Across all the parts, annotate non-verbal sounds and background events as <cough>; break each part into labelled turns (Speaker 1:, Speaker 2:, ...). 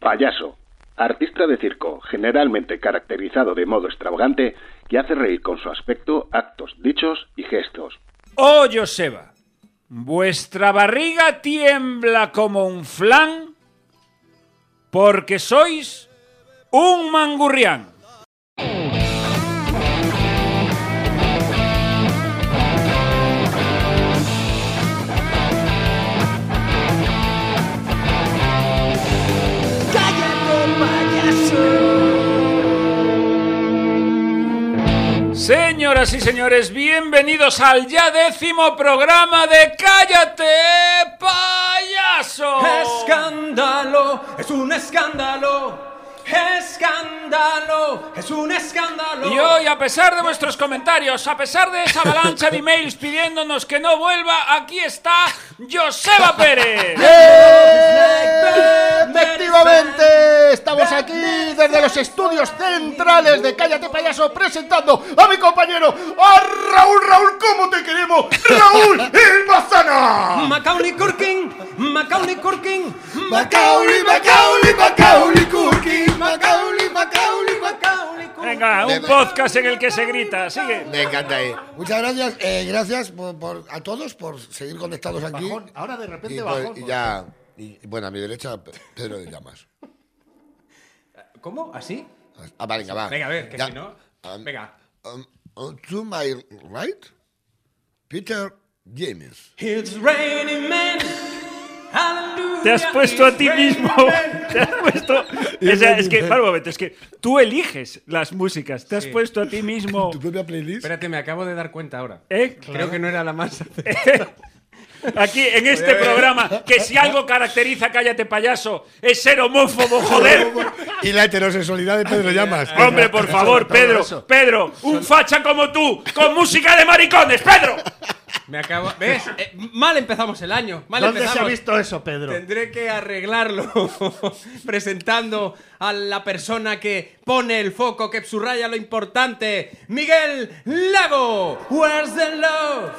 Speaker 1: Payaso. Artista de circo, generalmente caracterizado de modo extravagante, que hace reír con su aspecto, actos, dichos y gestos.
Speaker 2: Oh, Joseba, vuestra barriga tiembla como un flan porque sois un mangurrián. Señoras y señores, bienvenidos al ya décimo programa de Cállate, payaso.
Speaker 3: Escándalo, es un escándalo. Escándalo, es un escándalo.
Speaker 2: Y hoy, a pesar de vuestros comentarios, a pesar de esa avalancha de emails pidiéndonos que no vuelva, aquí está Joseba Pérez.
Speaker 4: Efectivamente, estamos aquí desde los estudios centrales de Cállate Payaso presentando a mi compañero, a Raúl, Raúl, ¿cómo te queremos? Raúl Ilmazana.
Speaker 3: Macaulay Culkin, Macaulay Culkin,
Speaker 4: Macaulay, Macaulay, Macaulay Culkin, Macaulay, Macaulay, Macaulay Culkin.
Speaker 2: Venga, un podcast en el que se grita. Sigue.
Speaker 5: Me encanta ahí. Muchas gracias, eh, gracias por- por- a todos por seguir conectados aquí.
Speaker 4: Bajón, ahora de repente
Speaker 5: y, pues,
Speaker 4: bajón.
Speaker 5: y ya, y, bueno, a mi derecha, Pedro de Llamas.
Speaker 3: ¿Cómo? ¿Así?
Speaker 5: Ah, va, venga, va.
Speaker 3: Venga, a ver, que
Speaker 5: Ya.
Speaker 3: si no.
Speaker 5: Um,
Speaker 3: Venga.
Speaker 5: um, um, to my right, Peter James.
Speaker 3: It's raining men. Hallelujah.
Speaker 2: Te has puesto a
Speaker 3: it's
Speaker 2: ti
Speaker 3: raining
Speaker 2: mismo.
Speaker 3: men.
Speaker 2: Te has puesto. O sea, es que, para un momento, es que tú eliges las músicas. Te has puesto a ti
Speaker 5: <laughs>
Speaker 2: mismo.
Speaker 5: ¿Tu propia playlist?
Speaker 3: Espérate, me acabo de dar cuenta ahora.
Speaker 2: ¿eh?
Speaker 3: Creo que no era la más.
Speaker 2: Aquí en este programa, que si algo caracteriza a Cállate Payaso es ser homófobo, joder.
Speaker 5: Y la heterosexualidad de Pedro Llamas.
Speaker 2: Hombre, por favor, Pedro, Pedro, un facha como tú, con música de maricones, Pedro.
Speaker 3: Me acabo. ¿Ves? Eh, mal empezamos el año. Mal
Speaker 4: ¿Dónde se ha
Speaker 3: empezamos.
Speaker 4: visto eso, Pedro?
Speaker 3: Tendré que arreglarlo <laughs> presentando a la persona que pone el foco, que subraya lo importante. Miguel Lago. Where's the love?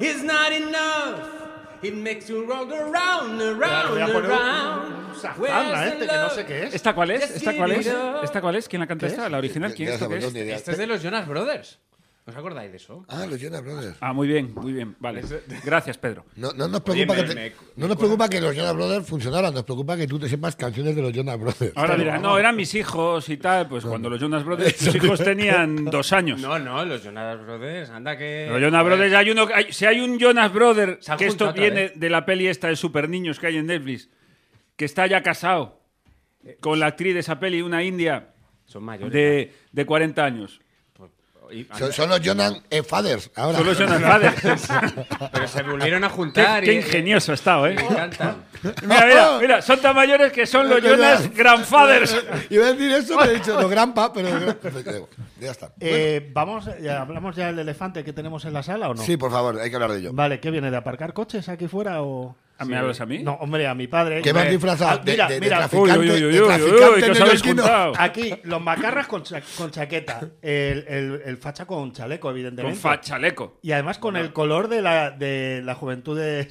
Speaker 3: It's not enough. It makes you roll around, around,
Speaker 4: Voy a poner un-
Speaker 3: around.
Speaker 4: un
Speaker 5: Ah,
Speaker 4: sazamba este, que no sé qué es.
Speaker 2: ¿Esta cuál es?
Speaker 3: Yes,
Speaker 2: ¿Esta cuál es?
Speaker 3: querido.
Speaker 2: ¿Esta cuál es? ¿Quién la canta esta? ¿La original?
Speaker 5: Ya
Speaker 2: ¿Quién es?
Speaker 5: sabemos
Speaker 2: ¿Esto
Speaker 5: dónde
Speaker 2: qué es?
Speaker 5: idea.
Speaker 3: Este es de los Jonas Brothers. ¿Os acordáis de eso?
Speaker 5: Ah, los Jonas Brothers.
Speaker 2: Ah, muy bien, muy bien. Vale. Gracias, Pedro.
Speaker 5: No, no nos preocupa,
Speaker 3: me-
Speaker 5: que te-
Speaker 3: me-
Speaker 5: no nos preocupa que los Jonas Brothers funcionaran, nos preocupa que tú te sepas canciones de los Jonas Brothers.
Speaker 2: Ahora dirás, no, eran mis hijos y tal. Pues cuando los Jonas Brothers, sus hijos tenían dos años.
Speaker 3: No, no, los Jonas Brothers. Anda que.
Speaker 2: Los Jonas
Speaker 3: Joder.
Speaker 2: Brothers, hay uno, hay- si hay un Jonas Brothers,
Speaker 3: Se han
Speaker 2: que esto
Speaker 3: juntado otra
Speaker 2: viene de la peli esta de Super Niños que hay en Netflix, que está ya casado con la actriz de esa peli, una india
Speaker 3: Son mayores.
Speaker 2: de, de 40 años.
Speaker 3: Y- Ah,
Speaker 5: Son, son los Jonas eh, Fathers. Ahora.
Speaker 2: Son los Jonas Brothers.
Speaker 3: Pero se volvieron a
Speaker 2: qué,
Speaker 3: juntar.
Speaker 2: qué
Speaker 3: y-
Speaker 2: ingenioso ha estado, ¿eh?
Speaker 3: Me encantan.
Speaker 2: Mira, mira, mira, son tan mayores que son los
Speaker 5: Es verdad.
Speaker 2: Jonas Grandfathers.
Speaker 5: <laughs> Iba a decir eso, pero he dicho los Grandpa, pero. pero- Ya está.
Speaker 4: Eh, vamos, ya, ¿Hablamos ya del elefante que tenemos en la sala o no?
Speaker 5: Sí, por favor, hay que hablar de ello.
Speaker 4: Vale, ¿qué viene? ¿De aparcar coches aquí fuera o...?
Speaker 2: Ah, ¿Me hablas a mí?
Speaker 4: No, hombre, a mi padre.
Speaker 5: Que vas
Speaker 4: Hombre.
Speaker 5: disfrazado
Speaker 4: Ah,
Speaker 5: de,
Speaker 4: mira,
Speaker 5: de- de
Speaker 4: mira,
Speaker 2: Uy, uy,
Speaker 5: traficante,
Speaker 2: uy, uy,
Speaker 5: de
Speaker 2: uy,
Speaker 5: traficante
Speaker 2: uy, que os habéis
Speaker 5: neoyorquino.
Speaker 2: juntado.
Speaker 4: Aquí, los macarras con, cha- con chaqueta. El, el- el facha con chaleco,
Speaker 2: Con
Speaker 4: evidentemente.
Speaker 2: fa chaleco.
Speaker 4: Y además con el color de la, de la juventud de...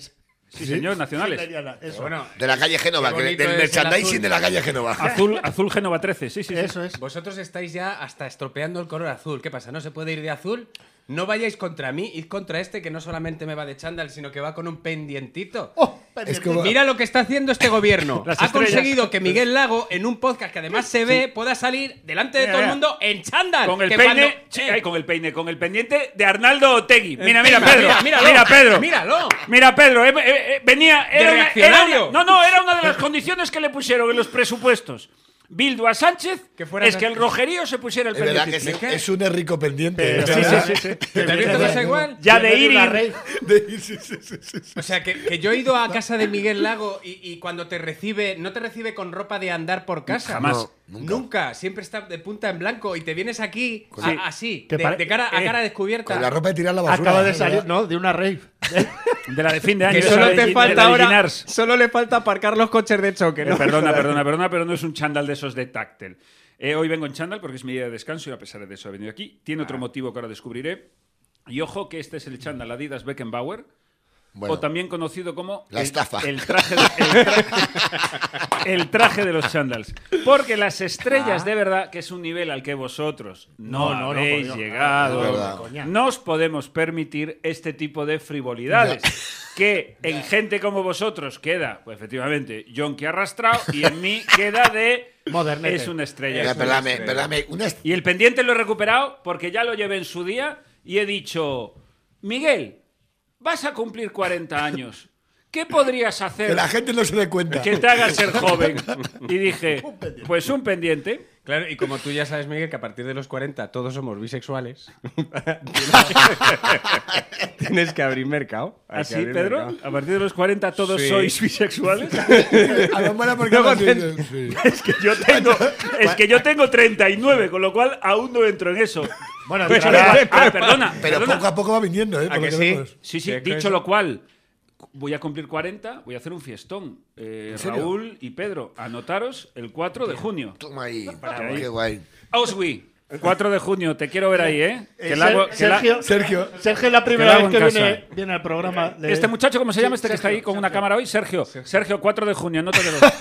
Speaker 2: Sí, señor, nacionales.
Speaker 4: siberiana, Eso.
Speaker 3: Bueno,
Speaker 5: De la calle Génova,
Speaker 3: Qué
Speaker 5: que-
Speaker 3: bonito
Speaker 5: del
Speaker 3: es el azul. Ah,
Speaker 5: merchandising de la calle Génova.
Speaker 2: Azul, azul Génova 13, sí, sí. sí.
Speaker 4: eso es.
Speaker 3: Vosotros estáis ya hasta estropeando el color azul. ¿Qué pasa? ¿No se puede ir de azul? No vayáis contra mí, id contra este que no solamente me va de chándal, sino que va con un pendientito.
Speaker 4: Oh,
Speaker 5: Es
Speaker 4: pendiente.
Speaker 5: como-
Speaker 3: Mira lo que está haciendo este gobierno.
Speaker 2: Las
Speaker 3: ha
Speaker 2: estrellas.
Speaker 3: conseguido que Miguel Lago, en un podcast que además se ve, pueda salir delante de
Speaker 2: Mira,
Speaker 3: todo el
Speaker 2: mira.
Speaker 3: mundo en chándal.
Speaker 2: Con el
Speaker 3: Que
Speaker 2: peine,
Speaker 3: cuando-
Speaker 2: sí,
Speaker 3: eh,
Speaker 2: ay, con el peine, con el pendiente de Arnaldo Otegui. Mira, mira,
Speaker 3: Encima,
Speaker 2: Pedro.
Speaker 3: mira, míralo.
Speaker 2: mira, Pedro.
Speaker 3: Míralo.
Speaker 2: Mira, Pedro, eh, eh, eh, venía. Era una-
Speaker 3: reaccionario.
Speaker 2: era una- no, no, era una de las condiciones que le pusieron en los presupuestos. Bildu a Sánchez
Speaker 3: Que fuera
Speaker 2: es que el
Speaker 3: Sánchez.
Speaker 2: rojerío se pusiera el
Speaker 5: Es verdad que
Speaker 2: pendiente.
Speaker 5: es,
Speaker 3: ¿De qué?
Speaker 5: es un rico pendiente.
Speaker 4: Pero-
Speaker 5: es verdad.
Speaker 2: sí, sí, sí.
Speaker 3: ¿Te has visto que es igual?
Speaker 2: Ya
Speaker 4: Yo
Speaker 2: de
Speaker 4: soy
Speaker 2: ir
Speaker 4: una
Speaker 2: y-
Speaker 4: rey.
Speaker 5: De- sí, sí, sí, sí, sí.
Speaker 3: O sea, que, que yo he ido a casa de Miguel Lago y, y cuando te recibe, no te recibe con ropa de andar por casa.
Speaker 2: Jamás.
Speaker 5: No,
Speaker 3: nunca.
Speaker 5: nunca.
Speaker 3: Siempre está de punta en blanco y te vienes aquí a-
Speaker 2: Sí.
Speaker 3: así,
Speaker 4: Que
Speaker 3: de,
Speaker 4: pare-
Speaker 3: de cara a
Speaker 2: eh,
Speaker 3: cara descubierta.
Speaker 5: Con la ropa de tirar la basura.
Speaker 4: Acaba de
Speaker 5: es
Speaker 4: salir,
Speaker 5: verdad.
Speaker 4: no, de una rave.
Speaker 2: De la de fin de año.
Speaker 3: Que
Speaker 2: esa
Speaker 3: solo
Speaker 2: de-
Speaker 3: te
Speaker 2: de- de
Speaker 3: falta
Speaker 2: la de
Speaker 3: ahora.
Speaker 2: Ginars.
Speaker 3: Solo le falta aparcar los coches de choque,
Speaker 2: Eh,
Speaker 3: ¿no?
Speaker 2: perdona, perdona, perdona, pero no es un chándal de esos de táctel. Eh, hoy vengo en chándal porque es mi día de descanso y a pesar de eso he venido aquí. Tiene otro motivo que ahora descubriré. Y ojo que este es el chándal Adidas Beckenbauer
Speaker 5: Bueno.
Speaker 2: o también conocido como
Speaker 5: La
Speaker 2: el-
Speaker 5: estafa.
Speaker 2: El, traje de, el
Speaker 5: <laughs>
Speaker 2: tra- el traje de los chándals. Porque las estrellas de verdad, que es un nivel al que vosotros no,
Speaker 6: Ah. No, no, no,
Speaker 2: habéis
Speaker 6: coño.
Speaker 5: Es
Speaker 2: llegado,
Speaker 5: verdad.
Speaker 6: Coña.
Speaker 2: no os podemos permitir este tipo de frivolidades.
Speaker 5: <laughs>
Speaker 2: Que en gente como vosotros queda, pues efectivamente, John que arrastrado y en mí queda de...
Speaker 6: Modernete.
Speaker 2: Es una estrella.
Speaker 5: Mira,
Speaker 2: es una
Speaker 5: perdame,
Speaker 2: estrella.
Speaker 5: perdame, una est-
Speaker 2: Y el pendiente lo he recuperado porque ya lo llevé en su día y he dicho, Miguel, vas a cumplir 40 años. ¿Qué podrías
Speaker 5: que
Speaker 2: hacer
Speaker 5: la gente no se dé cuenta.
Speaker 2: que te haga ser <laughs> joven? Y dije, pues un pendiente.
Speaker 3: Claro, y como tú ya sabes, Miguel, que a partir de los 40 todos somos bisexuales, <laughs> tienes que abrir mercado. Hay que
Speaker 2: Así,
Speaker 3: abrir
Speaker 2: ¿Ah, Pedro,
Speaker 3: mercado.
Speaker 2: a partir de los 40 todos
Speaker 3: Sí.
Speaker 2: sois bisexuales.
Speaker 5: <laughs> A lo mejor porque
Speaker 3: Luego
Speaker 5: no se
Speaker 3: te-
Speaker 5: dicen, sí.
Speaker 2: Es que yo tengo, es que yo tengo 39, con lo cual aún no entro en eso.
Speaker 6: Bueno,
Speaker 2: Ah,
Speaker 6: entrará.
Speaker 2: ah, perdona,
Speaker 5: Pero
Speaker 2: perdona.
Speaker 5: poco a poco va viniendo, ¿eh?
Speaker 3: ¿A
Speaker 5: Por lo
Speaker 3: que
Speaker 5: que
Speaker 3: sí?
Speaker 5: vemos.
Speaker 2: Sí, sí,
Speaker 3: ¿Qué
Speaker 2: dicho
Speaker 3: crees?
Speaker 2: lo cual, cu- voy a cumplir 40, voy a hacer un fiestón. Eh,
Speaker 5: serio?
Speaker 2: Raúl y Pedro, anotaros el 4 de junio.
Speaker 5: Toma ahí.
Speaker 2: ahí.
Speaker 5: Qué guay.
Speaker 2: Auswi, 4 de junio, te quiero ver ahí, ¿eh?
Speaker 6: Eh,
Speaker 2: Que la hago-
Speaker 6: Ser-
Speaker 2: que la-
Speaker 6: Sergio,
Speaker 5: Sergio.
Speaker 6: Sergio es la
Speaker 2: la
Speaker 6: primera
Speaker 2: hago
Speaker 6: vez que
Speaker 2: en
Speaker 6: viene,
Speaker 2: casa.
Speaker 6: viene al programa. de-
Speaker 2: Este muchacho, ¿cómo se llama este que está ahí con una cámara hoy? Sergio. Sergio, 4 de junio, anótate dos.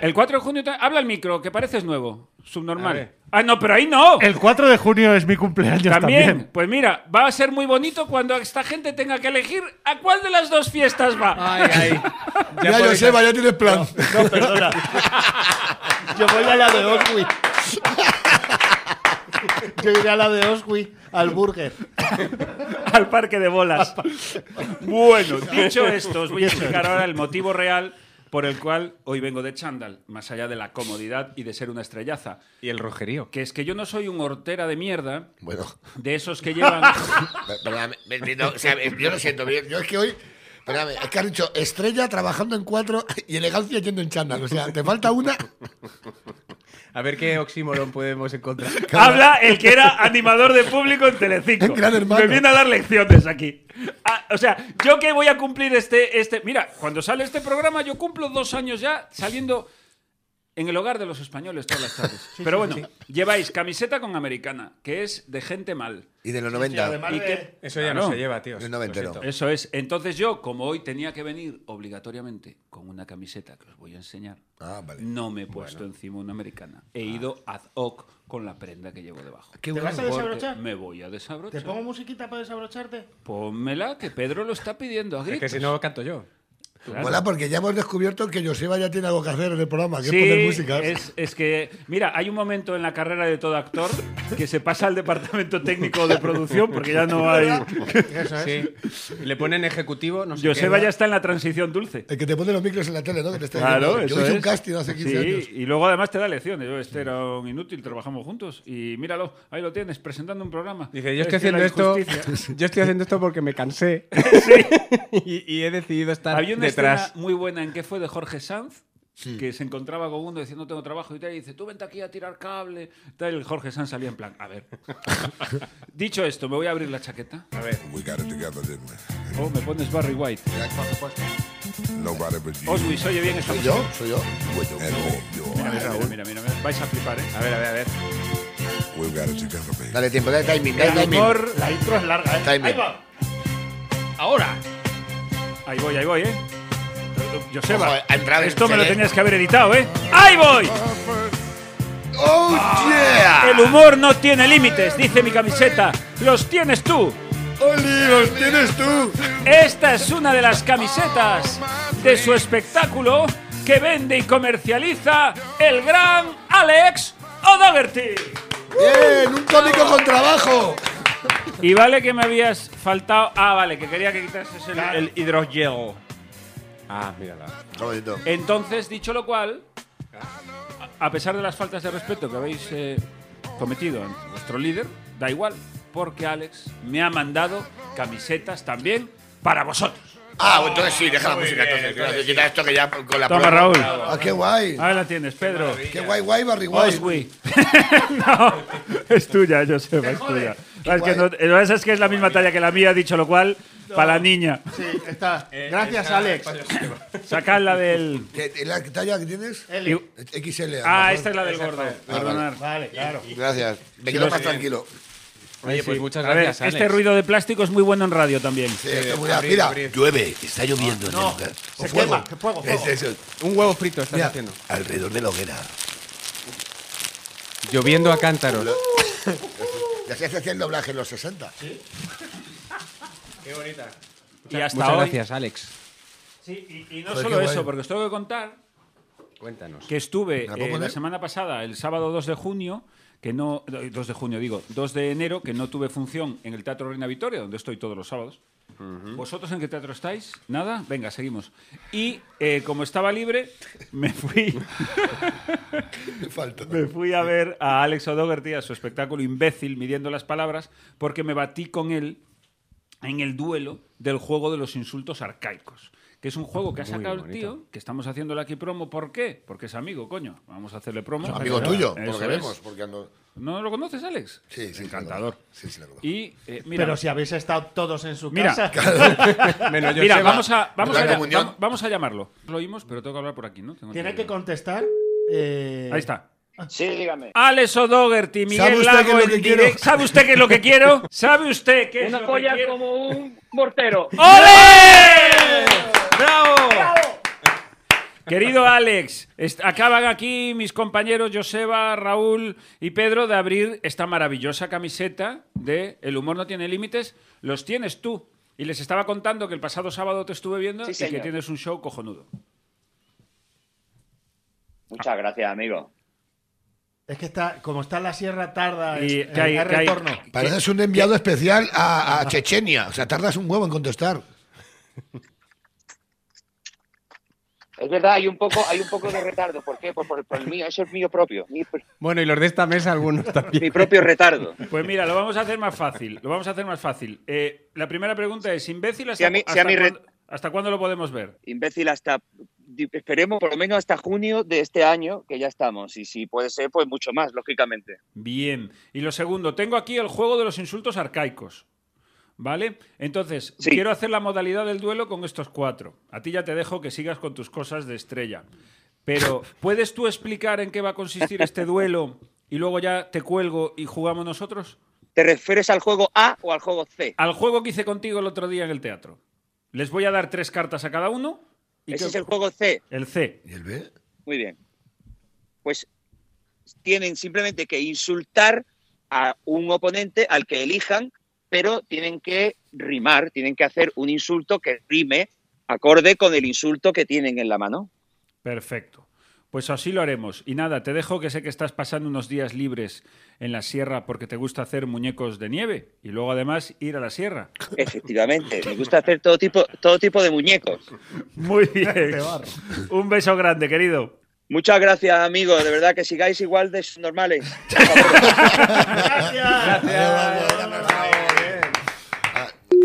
Speaker 2: El 4 de junio te- habla el micro, que pareces nuevo, subnormal. Ah, no, pero ahí no.
Speaker 6: El 4 de junio es mi cumpleaños
Speaker 2: También.
Speaker 6: también.
Speaker 2: pues mira, va a ser muy bonito cuando esta gente tenga que elegir a cuál de las dos fiestas va.
Speaker 3: Ay, ay.
Speaker 5: Ya,
Speaker 3: podéis-
Speaker 5: Joseba, ya tienes plan.
Speaker 6: No, perdona. Yo voy a la de Oswi. <laughs> Yo iré a la de Oswi, al burger.
Speaker 2: <laughs> al parque de bolas. <laughs> bueno, dicho esto, os voy a explicar ahora el motivo real por el cual hoy vengo de chándal, más allá de la comodidad y de ser una estrellaza,
Speaker 3: Y el rojerío.
Speaker 2: que es que yo no soy un hortera de mierda
Speaker 5: Bueno.
Speaker 2: de esos que llevan <laughs>
Speaker 5: Per- Perdóname, me- me- no, o sea, eh, yo lo siento, bien. yo es que hoy, perdóname, es que has dicho estrella trabajando en cuatro y elegancia yendo en chándal, o sea, te falta una.
Speaker 3: A ver qué oxímoron podemos encontrar.
Speaker 2: habla el que era animador de público en Telecinco.
Speaker 5: Gran hermano.
Speaker 2: Me viene a dar lecciones aquí. Ah, o sea, yo que voy a cumplir este este, mira, cuando sale este programa yo cumplo dos años ya saliendo en el hogar de los españoles todas las tardes. Pero bueno, lleváis camiseta con americana, que es de gente mal.
Speaker 5: Y de los 90.
Speaker 2: ¿Y qué?
Speaker 3: Eso ya
Speaker 2: Claro.
Speaker 3: no se lleva, tío.
Speaker 5: El
Speaker 3: Lo
Speaker 5: noventero.
Speaker 3: siento.
Speaker 2: Eso es. Entonces yo, como hoy tenía que venir obligatoriamente con una camiseta que os voy a enseñar,
Speaker 5: Ah, vale.
Speaker 2: no me he puesto encima una americana. He ido
Speaker 3: Ah.
Speaker 2: ad hoc con la prenda que llevo debajo.
Speaker 5: Qué
Speaker 6: ¿Te vas a
Speaker 5: bueno.
Speaker 6: desabrochar?
Speaker 2: Me voy a
Speaker 6: ¿Te
Speaker 2: desabrochar.
Speaker 6: pongo musiquita para desabrocharte?
Speaker 2: Pónmela, que Pedro lo está pidiendo a
Speaker 3: Es que
Speaker 2: gritos.
Speaker 3: si no, canto yo.
Speaker 2: Claro.
Speaker 5: Mola porque ya hemos descubierto que Joseba ya tiene algo que hacer en el programa, que
Speaker 2: Sí,
Speaker 5: es poner música.
Speaker 2: es, es que, mira, hay un momento en la carrera de todo actor que se pasa al departamento técnico de producción porque ya
Speaker 3: <laughs>
Speaker 2: no hay...
Speaker 3: Sí. Y le ponen ejecutivo, no sé qué.
Speaker 2: Joseba ya está en la transición dulce.
Speaker 5: El que te pone los micros en la tele, ¿no? Que te está
Speaker 2: Claro,
Speaker 5: diciendo,
Speaker 2: eso
Speaker 5: Yo hice
Speaker 2: es.
Speaker 5: un casting hace 15
Speaker 2: Sí,
Speaker 5: años.
Speaker 2: Y luego además te da lecciones. Yo, Este era un inútil, trabajamos juntos. Y míralo, ahí lo tienes, presentando un programa.
Speaker 3: Dice, yo estoy
Speaker 2: Es que
Speaker 3: haciendo
Speaker 2: la
Speaker 3: esto.
Speaker 2: injusticia.
Speaker 3: Yo estoy haciendo esto porque
Speaker 2: <laughs>
Speaker 3: me cansé. <laughs> y, y he decidido estar
Speaker 2: Había una
Speaker 3: detrás.
Speaker 2: escena muy buena en que fue de Jorge Sanz. Que se encontraba con uno diciendo no tengo trabajo y tal, y dice, tú vente aquí a tirar cable. Tal, y el Jorge Sanz salía en plan, a ver. Dicho esto, me voy a abrir la chaqueta.
Speaker 3: A ver.
Speaker 7: We got it together, didn't we?
Speaker 2: O me pones Barry White.
Speaker 7: Nobody but you
Speaker 2: Oswis, oye bien esta
Speaker 5: Soy
Speaker 2: música.
Speaker 5: yo, soy yo.
Speaker 2: Mira, mira, mira, mira, mira, vais a flipar, ¿eh?
Speaker 3: A ver, a ver, a ver.
Speaker 7: We've got it together, baby.
Speaker 5: Dale tiempo, dale timing, dale
Speaker 6: El
Speaker 5: timing.
Speaker 6: amor, la intro es larga, ¿eh?
Speaker 5: Timing.
Speaker 6: Ahí va. Ahora.
Speaker 2: Ahí voy, ahí voy, ¿eh?
Speaker 5: Ojo,
Speaker 2: Joseba,
Speaker 5: ha entrado en
Speaker 2: esto me lo
Speaker 5: CD.
Speaker 2: tenías que haber editado, ¿eh? ¡Ahí voy!
Speaker 5: ¡Oh, yeah!
Speaker 2: El humor no tiene límites, dice mi camiseta. Los tienes tú.
Speaker 5: ¡Oli, los tienes tú!
Speaker 2: Esta es una de las camisetas de su espectáculo que vende y comercializa el gran Alex O'Dougherty.
Speaker 5: ¡Bien! ¡Un cómico con trabajo!
Speaker 2: Y vale que me habías faltado. Ah, vale, que quería que quitases el, el hidrogel.
Speaker 3: Ah, mírala.
Speaker 5: Está bonito.
Speaker 2: Entonces, dicho lo cual, a a pesar de las faltas de respeto que habéis eh, cometido ante vuestro líder, da igual, porque Alex me ha mandado camisetas también para vosotros.
Speaker 5: Ah, bueno, entonces sí, deja la música. Entonces, Entonces, quita esto que ya con la
Speaker 2: Toma,
Speaker 5: prueba-
Speaker 2: Raúl.
Speaker 5: Ah, qué guay.
Speaker 2: Ahí la tienes, Pedro.
Speaker 5: Qué guay, guay, Barry Guay.
Speaker 2: Oswi. <laughs> no, es tuya, Joseba, es tuya. Es que no, lo que pasa es que es la misma talla que la mía, dicho lo cual, para la niña.
Speaker 6: Sí, está.
Speaker 2: Eh,
Speaker 6: Gracias, Alex.
Speaker 2: Sacadla del...
Speaker 5: ¿Qué- qué- ¿La talla que tienes?
Speaker 6: Eli.
Speaker 5: XL. a lo
Speaker 2: Ah,
Speaker 5: mejor.
Speaker 2: esta es la del gordo. Perdonad.
Speaker 6: Vale, claro.
Speaker 5: Gracias. Me quedo más tranquilo.
Speaker 3: Oye, pues
Speaker 2: Sí.
Speaker 3: muchas
Speaker 2: A ver,
Speaker 3: gracias, Alex.
Speaker 2: este ruido de plástico es muy bueno en radio también.
Speaker 5: Sí, está muy-
Speaker 3: abrir,
Speaker 5: Eh, mira,
Speaker 3: abrir.
Speaker 5: llueve, está lloviendo.
Speaker 6: No,
Speaker 5: en el-
Speaker 6: se
Speaker 5: o fuego.
Speaker 6: quema, que fuego, fuego.
Speaker 5: Es- es-
Speaker 3: Un huevo frito estás
Speaker 5: mira,
Speaker 3: haciendo.
Speaker 5: alrededor de la hoguera.
Speaker 3: Lloviendo a cántaros.
Speaker 5: Ya se hacía el doblaje en los 60.
Speaker 3: Qué bonita.
Speaker 2: Y hasta
Speaker 3: Muchas
Speaker 2: hoy.
Speaker 3: gracias, Alex.
Speaker 2: Sí, y, y no
Speaker 5: Joder,
Speaker 2: solo
Speaker 5: qué
Speaker 2: eso,
Speaker 5: guay.
Speaker 2: porque os tengo que contar
Speaker 3: Cuéntanos.
Speaker 2: que estuve
Speaker 5: ¿Me la
Speaker 2: eh,
Speaker 5: puedo
Speaker 2: la,
Speaker 5: poner?
Speaker 2: semana pasada, el sábado 2 de junio, que no. 2 de junio, digo, 2 de enero, que no tuve función en el Teatro Reina Victoria, donde estoy todos los sábados. ¿Vosotros en qué teatro estáis? ¿Nada? Venga, seguimos. Y eh, como estaba libre, me fui.
Speaker 5: Me falta.
Speaker 2: Me fui a ver a Alex O'Dougherty a su espectáculo Imbécil, midiendo las palabras, porque me batí con él en el duelo del juego de los insultos arcaicos. Que es un juego que ha
Speaker 3: Muy
Speaker 2: sacado el
Speaker 3: bonito.
Speaker 2: tío, que estamos haciéndole aquí promo. ¿Por qué? Porque es amigo, coño. Vamos a hacerle promo.
Speaker 5: Amigo tuyo,
Speaker 2: Eso
Speaker 5: porque
Speaker 2: es.
Speaker 5: vemos. Porque ando...
Speaker 2: ¿No lo conoces, Alex?
Speaker 5: Sí, sí.
Speaker 2: Encantador.
Speaker 5: Sí, sí, lo conozco.
Speaker 2: Y, eh, mira,
Speaker 6: Pero si habéis estado todos en su
Speaker 2: Mira. <laughs>
Speaker 6: casa.
Speaker 3: Menos yo,
Speaker 2: mira,
Speaker 3: Seba.
Speaker 2: vamos, a, vamos, a,
Speaker 5: Blanca
Speaker 2: llam-
Speaker 5: Muñoz.
Speaker 2: vam- vamos a llamarlo. Lo oímos, pero tengo que hablar por aquí, ¿no? Tengo
Speaker 6: Tiene
Speaker 2: aquí-
Speaker 6: que contestar. eh,
Speaker 2: Ahí está.
Speaker 8: Sí, dígame.
Speaker 2: Alex O'Dougherty, Miguel
Speaker 5: ¿Sabe usted qué es
Speaker 2: Lago,
Speaker 5: lo
Speaker 2: en
Speaker 5: que quiero?
Speaker 2: directo. ¿Sabe usted qué es lo que quiero? ¿Sabe usted qué es
Speaker 8: Una
Speaker 2: lo que
Speaker 8: polla
Speaker 2: quiero?
Speaker 8: como un mortero.
Speaker 2: ¡Ole!
Speaker 3: ¡Bravo!
Speaker 2: Querido Alex, est- acaban aquí mis compañeros Joseba, Raúl y Pedro de abrir esta maravillosa camiseta de El humor no tiene límites. Los tienes tú. Y les estaba contando que el pasado sábado te estuve viendo
Speaker 8: Sí,
Speaker 2: y que
Speaker 8: señor.
Speaker 2: tienes un show cojonudo.
Speaker 8: Muchas gracias, amigo.
Speaker 6: Es que está, como está en la sierra, tarda.
Speaker 2: Y
Speaker 6: en-
Speaker 2: que
Speaker 6: en-
Speaker 2: hay-
Speaker 6: hay
Speaker 2: que hay-
Speaker 6: retorno.
Speaker 5: Pareces un enviado especial a, a Chechenia. O sea, tardas un huevo en contestar.
Speaker 8: Es verdad, hay un poco, hay un poco de retardo. ¿Por qué? Por, por- por el mío, eso es mío propio. Mi, pr-
Speaker 3: Bueno, y los de esta mesa, algunos
Speaker 2: <laughs>
Speaker 3: también.
Speaker 8: mi propio retardo.
Speaker 2: Pues mira, lo vamos a hacer más fácil. Lo vamos a hacer más fácil. Eh, la primera pregunta es, imbécil,
Speaker 8: Si
Speaker 2: ¿hasta,
Speaker 8: a mí- si
Speaker 2: hasta
Speaker 8: a mí re-
Speaker 2: cuándo, hasta cuándo lo podemos ver?
Speaker 8: Imbécil hasta di- esperemos por lo menos hasta junio de este año que ya estamos y si puede ser pues mucho más lógicamente
Speaker 2: Bien. Y lo segundo, tengo aquí el juego de los insultos arcaicos. ¿Vale? Entonces,
Speaker 8: Sí.
Speaker 2: quiero hacer la modalidad del duelo con estos cuatro. A ti ya te dejo que sigas con tus cosas de estrella. Pero, ¿puedes tú explicar en qué va a consistir este duelo y luego ya te cuelgo y jugamos nosotros?
Speaker 8: te refieres al juego A o al juego C
Speaker 2: Al juego que hice contigo el otro día en el teatro. Les voy a dar tres cartas a cada uno. y
Speaker 8: ese
Speaker 2: que-
Speaker 8: es el juego C
Speaker 2: El C.
Speaker 5: ¿Y el B?
Speaker 8: muy bien pues tienen simplemente que insultar a un oponente al que elijan pero tienen que rimar tienen que hacer un insulto que rime acorde con el insulto que tienen en la mano
Speaker 2: Perfecto. Pues así lo haremos. Y nada, te dejo que sé que estás pasando unos días libres en la sierra porque te gusta hacer muñecos de nieve y luego además ir a la
Speaker 3: <laughs>
Speaker 2: sierra.
Speaker 8: efectivamente me gusta hacer todo tipo todo tipo de muñecos
Speaker 2: Muy <laughs> bien. Un beso grande, querido.
Speaker 8: Muchas gracias, amigo. De verdad que sigáis igual de normales.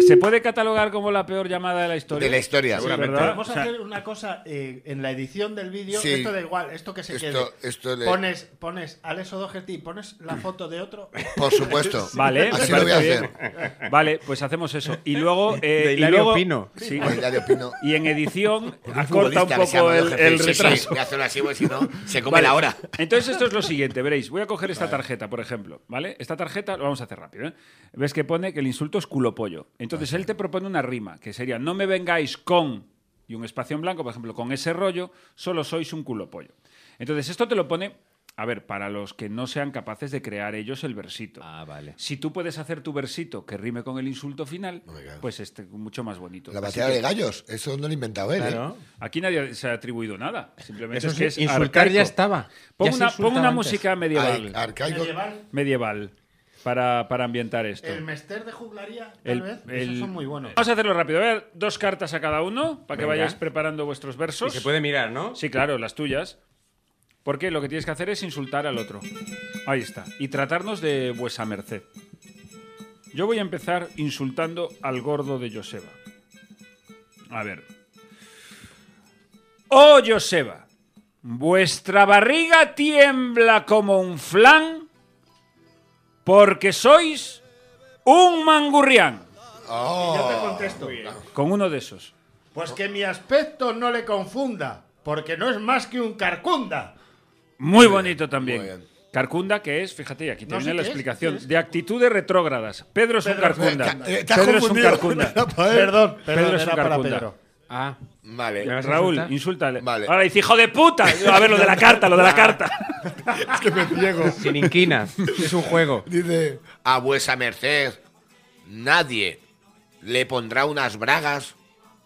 Speaker 2: Se puede catalogar como la peor llamada de la historia.
Speaker 5: De la historia.
Speaker 2: Sí,
Speaker 5: seguramente.
Speaker 2: ¿verdad?
Speaker 6: Vamos
Speaker 2: O
Speaker 6: a
Speaker 2: sea,
Speaker 6: hacer una cosa eh, en la edición del vídeo.
Speaker 5: Sí.
Speaker 6: Esto da igual, esto que se
Speaker 5: Esto-
Speaker 6: quede.
Speaker 5: esto le- Mm.
Speaker 6: Pones, pones Alex O'Doherty, pones la foto de otro.
Speaker 5: Por supuesto.
Speaker 2: <laughs> Vale, me
Speaker 5: <laughs> Así lo voy a
Speaker 2: parece
Speaker 5: hacer.
Speaker 2: bien. Vale, pues hacemos eso. Y luego. eh,
Speaker 3: De
Speaker 2: y
Speaker 3: Hilario
Speaker 2: luego-
Speaker 3: Pino.
Speaker 2: Sí.
Speaker 5: O Hilario Pino.
Speaker 2: Y en edición
Speaker 5: Un
Speaker 2: acorta un
Speaker 5: futbolista que se
Speaker 2: poco
Speaker 5: llama
Speaker 2: el,
Speaker 5: Jorge
Speaker 2: el
Speaker 5: Pérez. Sí, sí,
Speaker 2: retraso.
Speaker 5: voy a hacerlo así, porque si no, se come
Speaker 2: Vale,
Speaker 5: la hora. <laughs>
Speaker 2: Entonces esto es lo siguiente, veréis. Voy a coger esta tarjeta, por ejemplo, ¿vale? Esta tarjeta lo vamos a hacer rápido, ¿eh? Ves que pone que el insulto es culopollo. Entonces él te propone una rima, que sería no me vengáis con y un espacio en blanco, por ejemplo, con ese rollo, solo sois un culopollo. Entonces esto te lo pone, a ver, para los que no sean capaces de crear ellos el versito.
Speaker 3: Ah, vale.
Speaker 2: Si tú puedes hacer tu versito que rime con el insulto final,
Speaker 5: Hombre, claro.
Speaker 2: pues este mucho más bonito.
Speaker 5: La
Speaker 2: Así
Speaker 5: batalla
Speaker 2: que
Speaker 5: de gallos. Eso no lo he inventado él. ¿eh?
Speaker 3: Claro.
Speaker 2: Aquí nadie se ha atribuido nada. Simplemente
Speaker 3: Eso
Speaker 2: es
Speaker 3: es
Speaker 2: que es
Speaker 3: insultar
Speaker 2: arcaico.
Speaker 3: ya estaba.
Speaker 2: Pon
Speaker 3: Ya se
Speaker 2: una, pon
Speaker 3: insultaba
Speaker 2: una
Speaker 3: antes.
Speaker 2: música medieval.
Speaker 5: Ar- arcaico.
Speaker 6: Medieval,
Speaker 2: medieval para, para ambientar esto.
Speaker 6: el mester de juglaría, tal
Speaker 2: El-
Speaker 6: vez.
Speaker 2: el-
Speaker 6: Esos son muy buenos.
Speaker 2: Vamos a hacerlo rápido. Voy a dar dos cartas a cada uno para que
Speaker 3: Venga.
Speaker 2: vayáis preparando vuestros
Speaker 3: Y
Speaker 2: versos.
Speaker 3: se puede mirar, ¿no?
Speaker 2: Sí, claro, las tuyas. Porque lo que tienes que hacer es insultar al otro. Ahí está. Y tratarnos de vuesa merced. Yo voy a empezar insultando al gordo de Joseba. A ver. Oh, Joseba, vuestra barriga tiembla como un flan porque sois un mangurrián.
Speaker 6: Yo
Speaker 5: Oh,
Speaker 6: te contesto.
Speaker 2: Con uno de esos.
Speaker 6: Pues que mi aspecto no le confunda, porque no es más que un carcunda.
Speaker 2: Muy bonito también.
Speaker 5: Muy bien.
Speaker 2: Carcunda, que es, fíjate, y aquí te
Speaker 5: No sé
Speaker 2: viene la
Speaker 5: qué es,
Speaker 2: explicación, de actitudes retrógradas. Pedro es un carcunda.
Speaker 5: Ca- eh, te has
Speaker 2: Pedro es un
Speaker 5: confundido.
Speaker 2: carcunda.
Speaker 5: Rafael.
Speaker 6: Perdón, perdón,
Speaker 2: Pedro es un
Speaker 6: era para
Speaker 2: carcunda.
Speaker 6: Pedro.
Speaker 3: Ah,
Speaker 5: Vale.
Speaker 3: ¿Vas a
Speaker 2: Raúl,
Speaker 3: insultar?
Speaker 2: insúltale.
Speaker 5: Vale.
Speaker 2: Ahora dice, hijo de puta. A ver, lo de la carta, lo de <laughs> la carta.
Speaker 5: Es que me ciego.
Speaker 2: <laughs>
Speaker 3: sin inquina. es un juego.
Speaker 5: Dice, a vuesa merced, nadie le pondrá unas bragas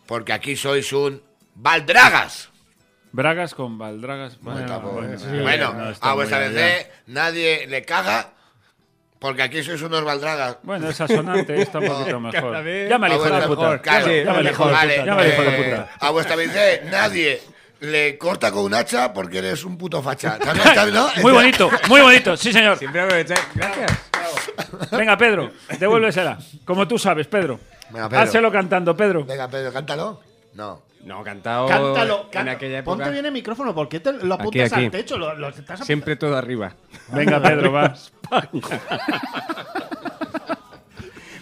Speaker 5: porque aquí sois un baldragas.
Speaker 2: Bragas con baldragas. Ah, Bueno, eh. bueno.
Speaker 5: bueno,
Speaker 2: no está
Speaker 5: a
Speaker 2: muy
Speaker 5: vuesa
Speaker 2: allá.
Speaker 5: merced, nadie le caga porque aquí sois unos baldragas.
Speaker 2: Bueno, esa sonante está un poquito mejor.
Speaker 3: Cada vez-
Speaker 2: Llama al
Speaker 5: A
Speaker 2: hijo de
Speaker 5: vuestra-
Speaker 2: puta.
Speaker 5: Claro,
Speaker 6: Sí,
Speaker 2: Llama al hijo de
Speaker 5: vale,
Speaker 2: puta. Llama al hijo de
Speaker 5: eh,
Speaker 2: puta.
Speaker 5: A vuestra merced, nadie le corta con un hacha porque eres un puto
Speaker 2: <laughs>
Speaker 5: facha. ¿También, también, no?
Speaker 2: Muy bonito, muy bonito. Sí, señor.
Speaker 3: Siempre aprovechar. Gracias.
Speaker 2: Venga, Pedro, devuélvesela. Como tú sabes, Pedro.
Speaker 5: Venga, Pedro.
Speaker 2: Hácelo cantando, Pedro.
Speaker 5: Venga, Pedro, cántalo. No.
Speaker 3: No, cantado
Speaker 6: Cántalo,
Speaker 3: Oh, en
Speaker 6: cántalo.
Speaker 3: aquella época.
Speaker 6: Ponte bien el micrófono, porque te lo apuntas
Speaker 3: aquí.
Speaker 6: al techo? Lo, lo estás
Speaker 3: Siempre todo arriba.
Speaker 2: Venga, Pedro, va.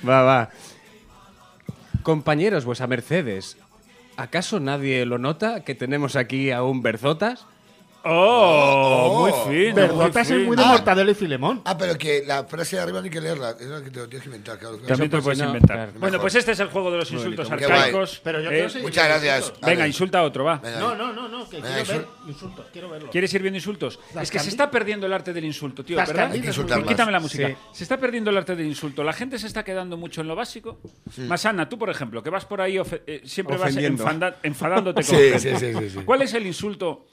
Speaker 3: Va, va. Compañeros, vuesa Mercedes, ¿acaso nadie lo nota que tenemos aquí a un Berzotas?
Speaker 2: Oh, muy fino.
Speaker 6: Verdotas es muy de
Speaker 2: fino.
Speaker 6: mortadelo y filemón.
Speaker 5: Ah, pero que la frase de arriba ni que leerla. Es la que te lo tienes que inventar, claro.
Speaker 2: También te lo
Speaker 3: Eso, pues,
Speaker 2: puedes
Speaker 3: si no,
Speaker 2: inventar.
Speaker 3: claro.
Speaker 2: Bueno,
Speaker 5: Mejor.
Speaker 2: pues este es el juego de los insultos
Speaker 5: bonito. Qué
Speaker 2: arcaicos.
Speaker 6: Pero yo
Speaker 2: Eh,
Speaker 6: quiero seguir
Speaker 5: Muchas gracias. A
Speaker 2: Venga,
Speaker 5: ver,
Speaker 2: insulta a otro, va.
Speaker 5: venga.
Speaker 6: No, no, no, no, que
Speaker 5: Venga,
Speaker 6: quiero ver
Speaker 5: eso-
Speaker 6: insultos, quiero verlo.
Speaker 2: ¿Quieres ir viendo insultos?
Speaker 6: Las
Speaker 2: es que se
Speaker 6: candi-
Speaker 2: está perdiendo el arte del insulto, tío,
Speaker 6: Las
Speaker 2: ¿verdad?
Speaker 6: candi- Hay que
Speaker 5: insultar más.
Speaker 2: Quítame la música.
Speaker 3: Sí.
Speaker 2: Se está perdiendo el arte del insulto. La gente se está quedando mucho en lo básico. Más Ana, tú, por ejemplo, que vas por ahí ofe- eh, siempre vas
Speaker 3: Ofendiendo.
Speaker 2: enfanda-
Speaker 5: <laughs>
Speaker 2: enfadándote con
Speaker 5: Sí,
Speaker 2: gente.
Speaker 5: sí, sí, sí, sí.
Speaker 2: ¿Cuál es el insulto?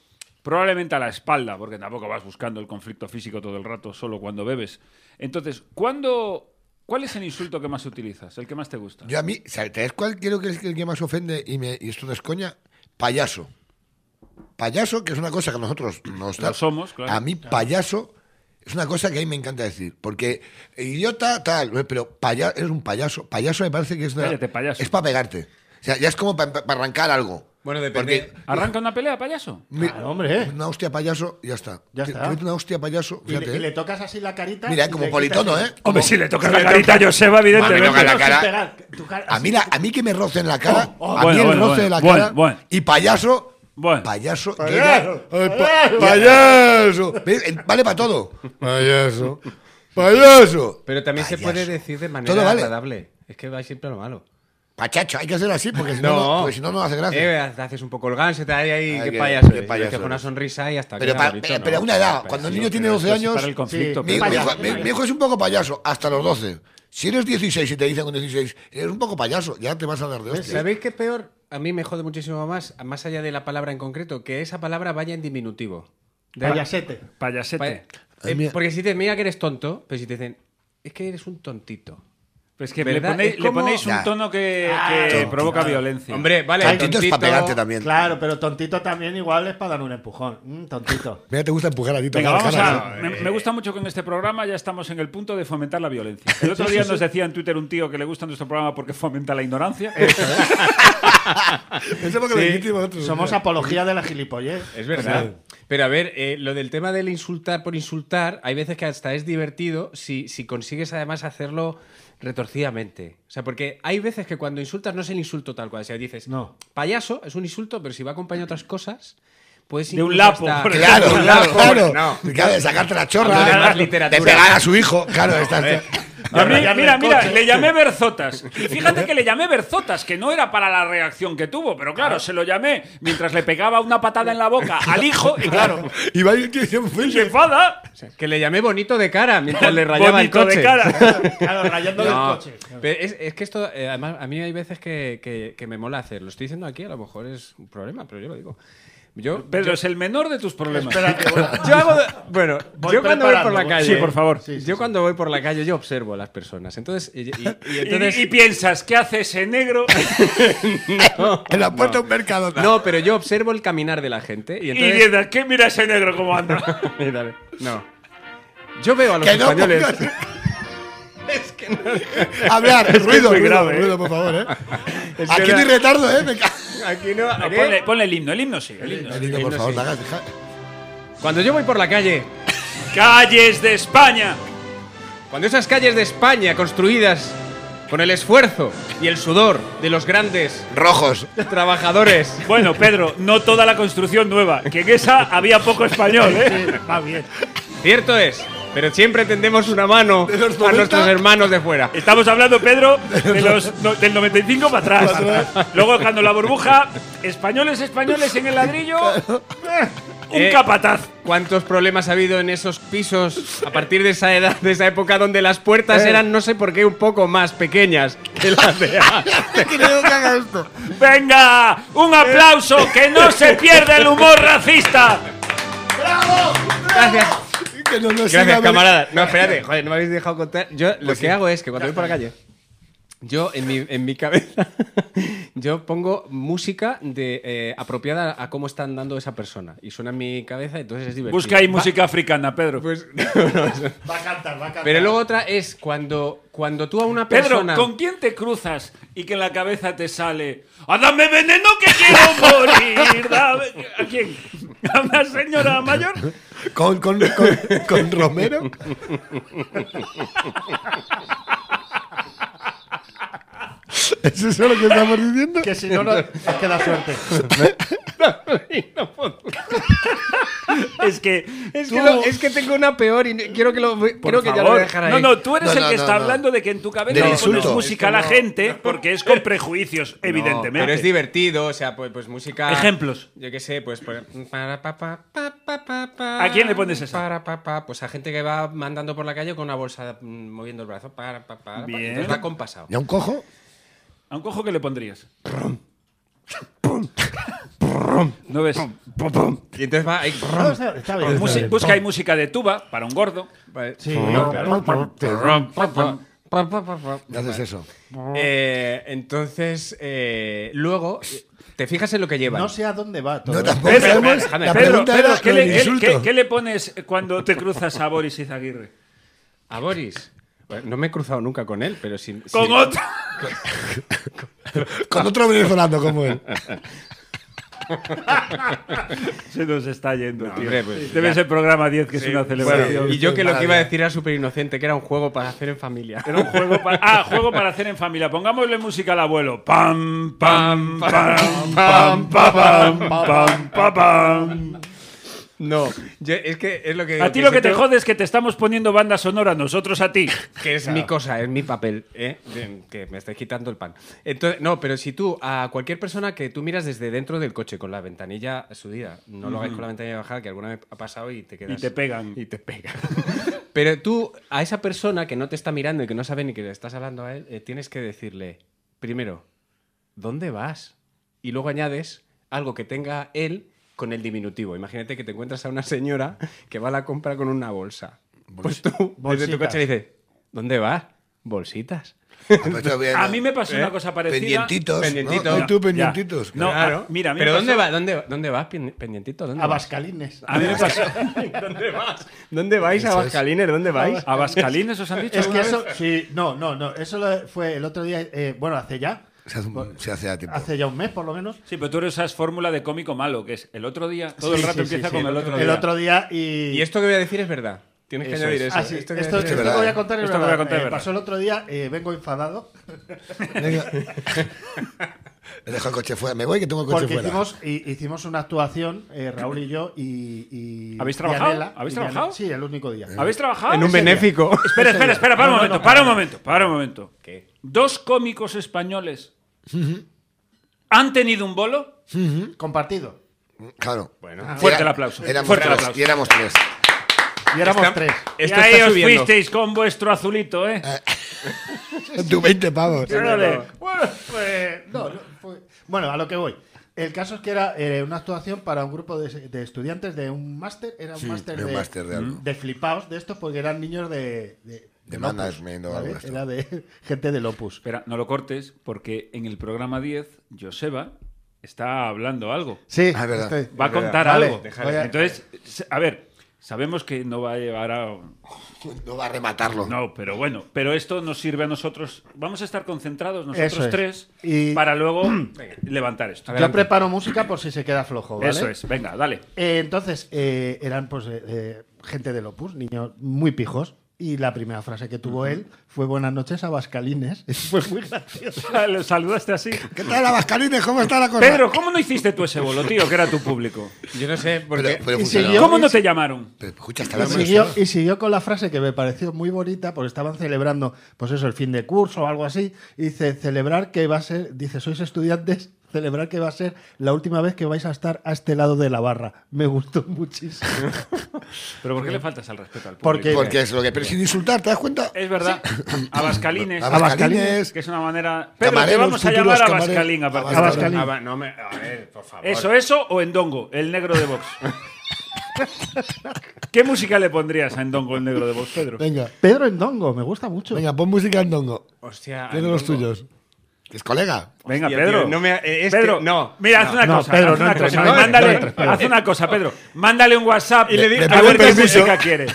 Speaker 2: Probablemente a la espalda, porque tampoco vas buscando el conflicto físico todo el rato, solo cuando bebes. Entonces, ¿cuándo, ¿cuál es el insulto que más utilizas? ¿El que más te gusta?
Speaker 5: Yo a mí, ¿sabes ¿Sabes cuál creo que es el que más ofende? Y, me- y esto no es coña. Payaso. Payaso, que es una cosa que nosotros no está-
Speaker 2: Lo somos, claro.
Speaker 5: A mí, payaso es una cosa que a mí me encanta decir. Porque idiota, tal, pero payaso, eres un payaso. Payaso me parece que es una-
Speaker 2: Cállate, payaso.
Speaker 5: Es para pegarte. O sea, ya es como para arrancar algo.
Speaker 3: Bueno, depende.
Speaker 5: Porque
Speaker 2: ¿Arranca una pelea, payaso?
Speaker 5: mi-
Speaker 6: Claro, hombre, eh.
Speaker 5: Una hostia payaso, ya está.
Speaker 6: Ya
Speaker 5: Te-
Speaker 6: está.
Speaker 5: te mete Una hostia payaso,
Speaker 6: Y, le,
Speaker 5: fíjate,
Speaker 6: y le
Speaker 5: eh.
Speaker 6: tocas así la carita.
Speaker 5: Mira,
Speaker 6: y
Speaker 5: como
Speaker 6: le
Speaker 5: politono,
Speaker 6: quitas
Speaker 5: ¿eh?
Speaker 2: Hombre, si le tocas la carita a Joseba,
Speaker 5: evidentemente. toca la
Speaker 6: el-
Speaker 5: cara.
Speaker 6: sin pegar, tu cara
Speaker 5: A
Speaker 6: así.
Speaker 5: mí, la- a mí que me rocen la cara,
Speaker 6: Oh, oh,
Speaker 5: a
Speaker 2: bueno,
Speaker 5: mí el
Speaker 2: bueno,
Speaker 5: roce de la
Speaker 2: bueno,
Speaker 5: cara
Speaker 2: bueno.
Speaker 5: y payaso,
Speaker 2: Bueno.
Speaker 5: payaso,
Speaker 6: Payaso,
Speaker 5: llega- eh, pa-
Speaker 6: payaso.
Speaker 5: payaso. ¿Ves? Eh, vale para todo. <laughs> Payaso, payaso.
Speaker 3: Pero también se
Speaker 5: Payaso.
Speaker 3: puede decir de manera
Speaker 5: Todo vale.
Speaker 3: agradable. Es que va siempre a lo malo.
Speaker 5: Pachacho, hay que hacer así porque si no, no, porque si no, no hace gracia.
Speaker 3: Eh, haces un poco el ganso, te ahí, ahí,
Speaker 5: Ay,
Speaker 3: qué
Speaker 5: qué-
Speaker 3: payaso.
Speaker 5: qué
Speaker 3: eres.
Speaker 5: payaso
Speaker 3: Dices con una
Speaker 5: eres.
Speaker 3: sonrisa y hasta
Speaker 5: Pero,
Speaker 3: queda
Speaker 5: pa-
Speaker 3: bonito,
Speaker 5: pero,
Speaker 3: ¿no?
Speaker 5: pero a una edad,
Speaker 3: Pero
Speaker 5: cuando el
Speaker 3: sí,
Speaker 5: niño tiene
Speaker 3: pero
Speaker 5: 12
Speaker 3: esto es
Speaker 5: años,
Speaker 2: Para el conflicto.
Speaker 6: Sí.
Speaker 5: Mi,
Speaker 2: Pedro.
Speaker 5: mi
Speaker 6: Payaso.
Speaker 5: hijo, mi- mi hijo es un poco payaso, hasta los 12. Si eres 16 y te dicen con 16, eres un poco payaso, ya te vas a dar de hostia.
Speaker 3: ¿Sabéis qué es peor? Pues, A mí me jode muchísimo más, más allá de la palabra en concreto, que esa palabra vaya en diminutivo. De-
Speaker 6: Payasete.
Speaker 2: Payasete.
Speaker 3: Pa-
Speaker 5: Ay,
Speaker 3: eh,
Speaker 5: mira.
Speaker 3: porque si te mira que eres tonto, pero si te dicen, es que eres un tontito.
Speaker 2: Pues que le
Speaker 3: ¿Verdad?
Speaker 2: ponéis,
Speaker 3: Es
Speaker 2: le
Speaker 3: como-
Speaker 2: ponéis un
Speaker 5: Ya.
Speaker 2: tono que,
Speaker 6: Ah,
Speaker 2: que
Speaker 6: tonto.
Speaker 2: provoca violencia.
Speaker 3: Hombre, vale,
Speaker 5: Tontito es para pegarte también.
Speaker 6: Claro, pero tontito también igual es para dar un empujón. Mm,
Speaker 5: <laughs>
Speaker 6: tontito.
Speaker 5: Mira, te gusta empujar a ti.
Speaker 2: Venga,
Speaker 5: tocar
Speaker 2: vamos
Speaker 5: caras,
Speaker 2: a. Me, me gusta mucho que en este programa ya estamos en el punto de fomentar la violencia. El otro día nos decía en Twitter un tío que le gusta nuestro programa porque fomenta la ignorancia.
Speaker 5: ¿eh? Eso porque lo dijiste vosotros.
Speaker 6: Somos apología de la gilipollez.
Speaker 2: Eh,
Speaker 3: Es verdad. Pero a ver, eh, lo del tema del insultar por insultar, hay veces que hasta es divertido si, si consigues además hacerlo retorcidamente. O sea, porque hay veces que cuando insultas no es el insulto tal cual. O sea, dices,
Speaker 6: No.
Speaker 3: payaso es un insulto, pero si va acompañado de otras cosas, puedes
Speaker 2: De un
Speaker 3: incluso
Speaker 2: lapo,
Speaker 3: hasta-
Speaker 2: por
Speaker 5: Claro,
Speaker 2: ejemplo.
Speaker 5: claro, claro.
Speaker 3: no.
Speaker 5: Claro, de sacarte la chorra,
Speaker 3: Hablar de
Speaker 5: de,
Speaker 3: más literatura.
Speaker 5: de pegar a su hijo. Claro, estás.
Speaker 2: A mí,
Speaker 6: rayarle
Speaker 2: mira,
Speaker 6: el
Speaker 2: mira,
Speaker 6: coche.
Speaker 2: le llamé Berzotas. Y fíjate que le llamé Berzotas, que no era para la reacción que tuvo, pero claro, se lo llamé mientras le pegaba una patada en la boca al hijo y claro,
Speaker 5: Y va a ir que se
Speaker 2: y se
Speaker 5: ofende.
Speaker 2: enfada.
Speaker 3: O sea, <laughs> que le llamé bonito de cara
Speaker 2: <laughs>
Speaker 3: mientras le rayaba
Speaker 2: bonito
Speaker 3: el coche.
Speaker 2: de
Speaker 6: <laughs>
Speaker 2: cara.
Speaker 6: Claro, rayando
Speaker 3: No,
Speaker 6: el coche.
Speaker 3: pero es, es que esto, eh, además, a mí hay veces que, que- que me mola hacer. Lo estoy diciendo aquí, a lo mejor es un problema, pero yo lo digo. Yo,
Speaker 2: Pedro es el menor de tus problemas.
Speaker 3: Yo hago. Bueno,
Speaker 6: Voy
Speaker 3: yo cuando voy por
Speaker 6: preparando,
Speaker 3: la
Speaker 6: voy-
Speaker 3: calle.
Speaker 2: Sí, por favor.
Speaker 6: Sí, sí,
Speaker 3: yo
Speaker 6: sí.
Speaker 3: cuando voy por la calle, yo observo a las personas. Entonces. Y, y-
Speaker 2: <laughs>
Speaker 3: y
Speaker 2: Y-
Speaker 3: entonces
Speaker 2: y piensas, ¿qué hace ese negro?
Speaker 5: En la puerta de un mercado.
Speaker 3: no, pero yo observo el caminar de la gente. Y
Speaker 2: Y
Speaker 3: entonces.
Speaker 2: dices, ¿qué mira ese negro cómo anda?
Speaker 3: <laughs> Y dale, no. Yo veo a los
Speaker 5: Que no
Speaker 3: españoles. <laughs>
Speaker 5: pongas- Hablar, ruido,
Speaker 2: muy
Speaker 5: ruido,
Speaker 2: grave, ¿eh?
Speaker 5: ruido, por favor, ¿eh?
Speaker 3: <laughs> Es que
Speaker 5: Aquí
Speaker 3: era-
Speaker 5: no hay retardo, ¿eh? Me ca-
Speaker 3: aquí no. ¿eh? ¿a qué?
Speaker 2: Ponle, ponle el himno, el himmo sí, el himno.
Speaker 5: Benito, por favor, Dagas, deja-
Speaker 3: Cuando yo voy por la calle,
Speaker 2: Calles de España.
Speaker 3: cuando esas calles de España construidas con el esfuerzo y el sudor de los grandes
Speaker 5: Rojos.
Speaker 3: trabajadores.
Speaker 5: <laughs>
Speaker 2: Bueno, Pedro, no toda la construcción nueva, que en esa había poco español, ¿eh?
Speaker 6: Va bien.
Speaker 3: Cierto es, pero siempre tendemos una mano
Speaker 5: De los
Speaker 3: a
Speaker 5: 90.
Speaker 3: nuestros hermanos de fuera.
Speaker 2: Estamos hablando, Pedro, de los, no- del 95 para atrás. Luego, cuando la burbuja, españoles, españoles en el ladrillo, un
Speaker 3: Eh.
Speaker 2: capataz.
Speaker 3: ¿Cuántos problemas ha habido en esos pisos a partir de esa edad, de esa época donde las
Speaker 5: Eh.
Speaker 3: puertas eran, no sé por qué, un poco más pequeñas que las de
Speaker 5: <laughs> Creo que haga esto.
Speaker 2: ¡Venga! ¡Un aplauso! ¡Que no se pierda el humor racista!
Speaker 3: Gracias.
Speaker 5: Que no nos
Speaker 3: Gracias,
Speaker 5: siga-
Speaker 3: camarada. No, espérate, joder, no me habéis dejado contar. Yo lo que
Speaker 5: sí.
Speaker 3: hago es que cuando voy por la calle, yo en mi, en mi cabeza, <laughs> yo pongo música de, eh, apropiada a cómo están dando esa persona. Y suena en mi cabeza, entonces es divertido.
Speaker 2: Busca ahí
Speaker 3: Va-
Speaker 2: música africana, Pedro.
Speaker 3: Pues, <laughs> no, no, eso.
Speaker 6: Va a cantar, va a cantar.
Speaker 3: Pero luego otra es cuando, cuando tú a una
Speaker 2: Pedro,
Speaker 3: persona.
Speaker 2: ¿con quién te cruzas y que en la cabeza te sale ¡Ah, dame veneno que quiero morir! dame-". ¿A quién? ¿A una señora mayor?
Speaker 5: Con, con, con, con Romero. ¿Es eso lo que estamos diciendo?
Speaker 6: Que si no, no nos queda
Speaker 2: <laughs>
Speaker 6: suerte.
Speaker 2: Es que...
Speaker 3: Es
Speaker 2: tú-
Speaker 3: que, lo- es que tengo una peor y no- quiero que lo,
Speaker 2: Por
Speaker 3: creo que ya lo
Speaker 2: favor.
Speaker 3: voy a dejar ahí.
Speaker 2: No, no, tú eres
Speaker 5: No,
Speaker 2: el
Speaker 5: no,
Speaker 2: que
Speaker 5: no,
Speaker 2: está
Speaker 5: no.
Speaker 2: hablando de que en tu cabeza
Speaker 5: Del
Speaker 2: le pones
Speaker 5: insulto.
Speaker 2: música a la gente porque es con prejuicios, evidentemente.
Speaker 3: Pero es divertido, o sea, pues, pues música.
Speaker 2: Ejemplos.
Speaker 3: Yo qué sé, pues. pues, para, pa, pa, pa, pa, pa, pa,
Speaker 2: ¿A quién le pones esa?
Speaker 3: Para, pa, pa, pues a gente que va mandando por la calle con una bolsa mm, moviendo el brazo. Para, pa, para, pa,
Speaker 2: Bien.
Speaker 3: entonces va compasado.
Speaker 5: ¿Y a un cojo?
Speaker 2: ¿A un cojo qué le pondrías? ¿No ves?
Speaker 3: Y entonces va ahí.
Speaker 6: No, está, está bien.
Speaker 2: Musi-
Speaker 6: está bien.
Speaker 2: busca ahí música de tuba para un gordo.
Speaker 3: Vale.
Speaker 6: Sí, no, claro.
Speaker 3: Pa, pa, pa, pa.
Speaker 5: ¿Y haces eso?
Speaker 3: Eh, entonces, eh, luego, te fijas en lo que llevan.
Speaker 6: No sé a dónde va todo.
Speaker 5: No,
Speaker 6: esto.
Speaker 5: tampoco
Speaker 2: Pedro,
Speaker 5: sabemos.
Speaker 3: déjame.
Speaker 5: La
Speaker 3: Pedro,
Speaker 5: pregunta
Speaker 2: Pedro,
Speaker 5: era
Speaker 2: ¿qué,
Speaker 5: lo
Speaker 2: le,
Speaker 5: del
Speaker 2: qué-
Speaker 5: insulto.
Speaker 2: qué- qué le pones cuando te cruzas a Boris Izaguirre?
Speaker 3: A Boris. Bueno, No me he cruzado nunca con él, pero sin.
Speaker 2: Con
Speaker 3: sin-
Speaker 2: otro.
Speaker 5: Con otro venezolano como él.
Speaker 2: <laughs> Se nos está yendo, tío.
Speaker 3: hombre, pues,
Speaker 2: Debe
Speaker 3: ya.
Speaker 2: ser programa 10, que es una celebración.
Speaker 3: Bueno, y yo que lo que iba a decir era súper inocente, que era un juego para hacer en
Speaker 2: <laughs>
Speaker 3: familia.
Speaker 2: Era un juego para. Ah, juego para hacer en familia. Pongámosle música al abuelo. Pam, pam, pam, pam, pa, pam, pam, pa, pam.
Speaker 3: No, yo- es que es lo que. digo,
Speaker 2: A ti lo que te
Speaker 3: siempre-
Speaker 2: jode es que te estamos poniendo banda sonora, nosotros a ti.
Speaker 3: Que es mi cosa, es mi papel, ¿eh? De- que me estáis quitando el pan. Entonces, no, pero si tú, a cualquier persona que tú miras desde dentro del coche con la ventanilla subida, no lo hagáis con la ventanilla bajada, que alguna vez ha pasado y te quedas.
Speaker 2: Y te pegan.
Speaker 3: Y te pegan. <laughs> pero tú, a esa persona que no te está mirando y que no sabe ni que le estás hablando a él, eh, tienes que decirle, primero, ¿dónde vas? Y luego añades algo que tenga él con el diminutivo. Imagínate que te encuentras a una señora que va a la compra con una bolsa. Pues tú, desde tu
Speaker 6: Bolsitas.
Speaker 3: coche le dices, ¿dónde vas? Bolsitas.
Speaker 2: A mí me pasó una cosa parecida.
Speaker 5: Pendientitos.
Speaker 3: Pendientitos.
Speaker 5: ¿no? ah, Y tú,
Speaker 2: Ya.
Speaker 5: pendientitos.
Speaker 2: No, a- mira, a mí
Speaker 3: Pero
Speaker 2: me
Speaker 3: ¿dónde,
Speaker 2: pasó-
Speaker 3: va, dónde, va- ¿dónde vas, pen- pendientito? ¿Dónde
Speaker 6: A
Speaker 3: vas?
Speaker 6: Bascalines.
Speaker 2: A mí me <laughs> pasó.
Speaker 3: ¿Dónde vas? ¿Dónde vais a Bascalines? ¿Dónde vais?
Speaker 2: ¿A Bascalines os han dicho?
Speaker 6: Es que
Speaker 2: alguna
Speaker 6: eso,
Speaker 2: vez?
Speaker 6: sí, no, no, no. Eso lo- fue el otro día, eh, bueno, hace ya,
Speaker 5: Se hace, un- se hace a tiempo.
Speaker 6: hace ya un mes por lo menos.
Speaker 2: Sí, pero tú eres esa fórmula de cómico malo, que es el otro día. Todo el
Speaker 6: Sí,
Speaker 2: rato
Speaker 6: sí,
Speaker 2: empieza
Speaker 6: sí,
Speaker 2: con
Speaker 6: sí.
Speaker 2: el otro día.
Speaker 6: El otro día y.
Speaker 3: Y esto que voy a decir es verdad. Tienes que
Speaker 6: Eso
Speaker 3: añadir
Speaker 6: es.
Speaker 3: eso.
Speaker 6: Ah, sí, Esto,
Speaker 3: que voy a
Speaker 6: esto,
Speaker 3: decir es
Speaker 6: que
Speaker 3: verdad.
Speaker 6: voy a contar es
Speaker 2: Esto que
Speaker 6: verdad.
Speaker 2: voy a contar es
Speaker 6: Eh,
Speaker 2: verdad.
Speaker 6: pasó el otro día, eh, vengo enfadado
Speaker 5: Venga. Dejo el coche fuera. Me voy que tengo el coche
Speaker 6: porque
Speaker 5: fuera.
Speaker 6: hicimos, hi- hicimos una actuación, eh, Raúl y yo, y. y-
Speaker 2: ¿Habéis
Speaker 6: y
Speaker 2: trabajado?
Speaker 6: Anela.
Speaker 2: ¿Habéis
Speaker 6: Y Anela-
Speaker 2: trabajado?
Speaker 6: Sí, el único día.
Speaker 2: ¿Habéis trabajado?
Speaker 3: En un
Speaker 2: Ese día.
Speaker 3: benéfico.
Speaker 2: Espera, espera, espera, para un
Speaker 6: No, no,
Speaker 2: momento,
Speaker 6: no,
Speaker 2: para un
Speaker 6: para.
Speaker 2: momento, para un momento.
Speaker 3: ¿Qué?
Speaker 2: Dos cómicos españoles han tenido un bolo.
Speaker 6: Compartido.
Speaker 5: Claro.
Speaker 3: Bueno.
Speaker 2: Fuerte el aplauso.
Speaker 5: Éramos
Speaker 2: Fuerte el
Speaker 5: tres,
Speaker 2: aplauso.
Speaker 5: Y éramos tres.
Speaker 6: Y éramos
Speaker 3: Está-
Speaker 6: tres.
Speaker 3: Esto
Speaker 2: y ahí
Speaker 3: está
Speaker 2: os
Speaker 3: subiendo.
Speaker 2: fuisteis con vuestro azulito, ¿eh?
Speaker 5: Tu 20 pavos.
Speaker 2: Órale.
Speaker 6: Bueno, pues, no, no, pues- bueno, a lo que voy. El caso es que era eh, una actuación para un grupo de, de estudiantes de un máster. Era un máster
Speaker 5: de un máster de algo.
Speaker 6: de flipaos de estos porque eran niños de. De,
Speaker 5: De
Speaker 6: del Opus,
Speaker 5: management o algo de esto.
Speaker 6: Era de <laughs> gente del Opus.
Speaker 2: Espera, no lo cortes, porque en el programa 10, Joseba está hablando algo.
Speaker 6: Sí,
Speaker 5: Ah, es verdad.
Speaker 6: estoy-
Speaker 2: Va a contar
Speaker 6: Vale,
Speaker 2: algo.
Speaker 6: déjale.
Speaker 2: Entonces, se- a ver, sabemos que no va a llevar a.
Speaker 5: <laughs> No va a rematarlo.
Speaker 2: No, pero bueno, pero esto nos sirve a nosotros. Vamos a estar concentrados nosotros
Speaker 6: Eso es.
Speaker 2: tres
Speaker 6: Y-
Speaker 2: para luego <clears throat> levantar esto.
Speaker 6: Yo preparo música por si se queda flojo, ¿vale?
Speaker 2: Eso es, venga, dale.
Speaker 6: Eh, entonces, eh, eran pues eh, eh, gente del Opus, niños muy pijos. Y la primera frase que tuvo él fue Buenas noches, Abascalines. <laughs> Eso fue muy gracioso.
Speaker 2: Le saludaste así.
Speaker 5: ¿Qué tal, Abascalines? ¿Cómo está la
Speaker 2: <laughs>
Speaker 5: cosa?
Speaker 2: Pedro, ¿cómo no hiciste tú ese bolo, tío, que era tu público?
Speaker 3: Yo no sé,
Speaker 5: Pero-
Speaker 3: porque.
Speaker 5: pero
Speaker 6: Y
Speaker 5: funcionó.
Speaker 6: siguió-
Speaker 2: ¿Cómo no te llamaron?
Speaker 5: Pero escucha, hasta
Speaker 6: Y
Speaker 5: la
Speaker 6: siguió, y siguió con la frase que me pareció muy bonita, porque estaban celebrando, pues eso, el fin de curso o algo así. Y dice, celebrar que va a ser, dice, sois estudiantes, <laughs> celebrar que va a ser la última vez que vais a estar a este lado de la barra. Me gustó <laughs> muchísimo.
Speaker 2: ¿Pero por qué le faltas al respeto al público?
Speaker 6: Porque-
Speaker 5: Porque es lo que. Pero sin insultar, ¿te das cuenta?
Speaker 2: Es verdad. Abascalines.
Speaker 5: Abascalines.
Speaker 2: Que es una manera. Pero te
Speaker 5: Camareros,
Speaker 2: vamos a
Speaker 5: futuros
Speaker 2: llamar
Speaker 5: camare-
Speaker 2: Abascalín a partir de ahora.
Speaker 6: Abascalín.
Speaker 3: Ah, va, no me- a ver, por favor.
Speaker 2: Eso, eso o Endongo, el negro de
Speaker 3: <laughs>
Speaker 2: Vox. ¿Qué música le pondrías a Endongo, el negro de Vox, Pedro?
Speaker 5: Venga,
Speaker 6: Pedro Endongo, me gusta mucho.
Speaker 5: venga, pon música en Dongo.
Speaker 3: Hostia.
Speaker 5: Tiene los
Speaker 3: Antonio.
Speaker 5: tuyos. Que es colega. <laughs>
Speaker 2: Venga,
Speaker 3: Hostia,
Speaker 2: Pedro.
Speaker 3: tío, no me- eh, es
Speaker 2: Pedro,
Speaker 3: que- no.
Speaker 2: Mira, haz
Speaker 3: No,
Speaker 2: una
Speaker 6: no,
Speaker 2: cosa.
Speaker 6: Pedro,
Speaker 2: haz
Speaker 6: no
Speaker 2: una
Speaker 6: entres,
Speaker 2: cosa.
Speaker 6: no entres,
Speaker 2: mándale,
Speaker 6: no entres, Pedro.
Speaker 2: haz una cosa, Pedro. Mándale un WhatsApp
Speaker 3: Y le di-
Speaker 5: le
Speaker 2: a
Speaker 5: pido
Speaker 2: ver qué
Speaker 5: permiso.
Speaker 2: música quieres.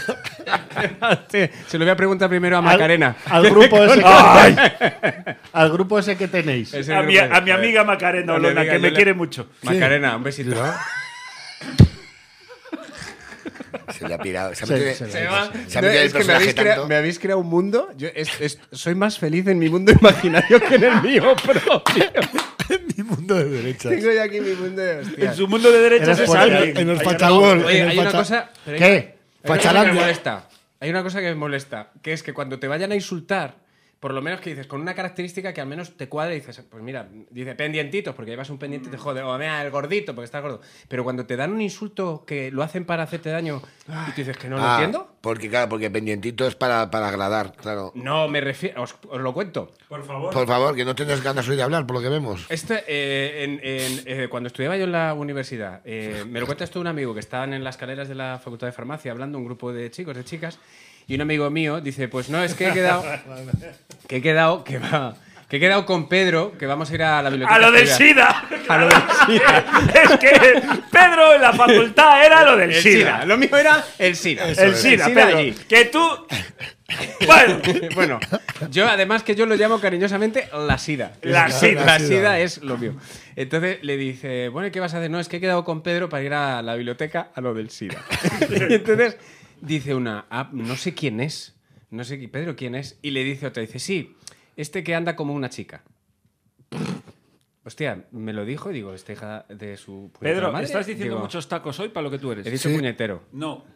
Speaker 3: Sí, se lo voy a preguntar primero a
Speaker 6: Al-
Speaker 3: Macarena.
Speaker 6: Al,
Speaker 3: <laughs>
Speaker 6: grupo ese que, <laughs> al grupo ese que
Speaker 3: <laughs>
Speaker 6: tenéis.
Speaker 3: Ese
Speaker 2: A
Speaker 3: grupo
Speaker 2: mi,
Speaker 3: de-
Speaker 2: a mi amiga Macarena
Speaker 3: No le
Speaker 2: Olona,
Speaker 3: diga,
Speaker 2: que me
Speaker 3: yo le-
Speaker 2: quiere mucho.
Speaker 3: Macarena, un besito.
Speaker 5: Se le ha pirado. Se ha
Speaker 6: Se-
Speaker 5: metido,
Speaker 6: se le-
Speaker 5: se ha metido
Speaker 3: No,
Speaker 5: en el
Speaker 3: es que me
Speaker 5: personaje
Speaker 3: habéis, crea-
Speaker 5: tanto.
Speaker 3: me habéis creado un mundo. Yo es- es- soy más feliz en mi mundo <laughs> imaginario que en el mío propio.
Speaker 5: Mi mundo de
Speaker 3: <laughs>
Speaker 5: derecha.
Speaker 3: Tengo ya aquí mi mundo de hostia.
Speaker 2: En su mundo de derechas
Speaker 6: Eres
Speaker 2: es
Speaker 6: fuera.
Speaker 2: alguien.
Speaker 5: En el fachagol.
Speaker 3: Oye,
Speaker 5: en el
Speaker 3: hay una
Speaker 5: facha-
Speaker 3: cosa. pero hay-
Speaker 6: ¿Qué?
Speaker 3: hay una cosa que me
Speaker 5: Fachalandia.
Speaker 3: molesta. Hay una cosa que me molesta, que es que cuando te vayan a insultar, por lo menos que dices, con una característica que al menos te cuadra y dices, pues mira, dice pendientitos, porque llevas un pendiente y
Speaker 5: Mm.
Speaker 3: te jode, o mira, el gordito, porque estás gordo. Pero cuando te dan un insulto que lo hacen para hacerte daño y tú dices que no lo
Speaker 5: Ah,
Speaker 3: entiendo.
Speaker 5: Porque, claro, porque pendientito es para, para agradar, claro.
Speaker 3: No, me refiero, os, os lo cuento.
Speaker 2: Por favor.
Speaker 5: Por favor, que no tengas ganas hoy de hablar, por lo que vemos.
Speaker 3: Este, eh, en- en- eh, cuando estudiaba yo en la universidad, eh, me lo cuentas tú un amigo que estaban en las escaleras de la Facultad de Farmacia hablando, un grupo de chicos, de chicas, y un amigo mío dice, pues no, es que he quedado, que he quedado, que va, que he quedado con Pedro, que vamos a ir a la biblioteca.
Speaker 2: A lo del
Speaker 3: estudiar".
Speaker 2: SIDA. <laughs>
Speaker 3: A lo del SIDA.
Speaker 2: es que Pedro en la facultad era lo del
Speaker 3: El SIDA.
Speaker 2: SIDA.
Speaker 3: Lo mío era el SIDA.
Speaker 2: El SIDA, Pedro.
Speaker 3: allí.
Speaker 2: Que tú. Bueno,
Speaker 3: <laughs> bueno, yo además que yo lo llamo cariñosamente la sida.
Speaker 2: La sida.
Speaker 3: <laughs> La sida es lo mío. Entonces le dice, bueno, ¿y ¿qué vas a hacer? No, es que he quedado con Pedro para ir a la biblioteca a lo del sida. <laughs> y entonces dice una, "Ah, no sé quién es, no sé qui- Pedro quién es, y le dice otra, dice, sí, este que anda como una chica. Hostia, me lo dijo, digo, esta hija de su puñetera
Speaker 2: Pedro,
Speaker 3: madre.
Speaker 2: estás diciendo
Speaker 3: Digo,
Speaker 2: muchos tacos hoy para lo que tú
Speaker 3: He
Speaker 2: eres.
Speaker 3: dicho puñetero.
Speaker 2: No. Eh,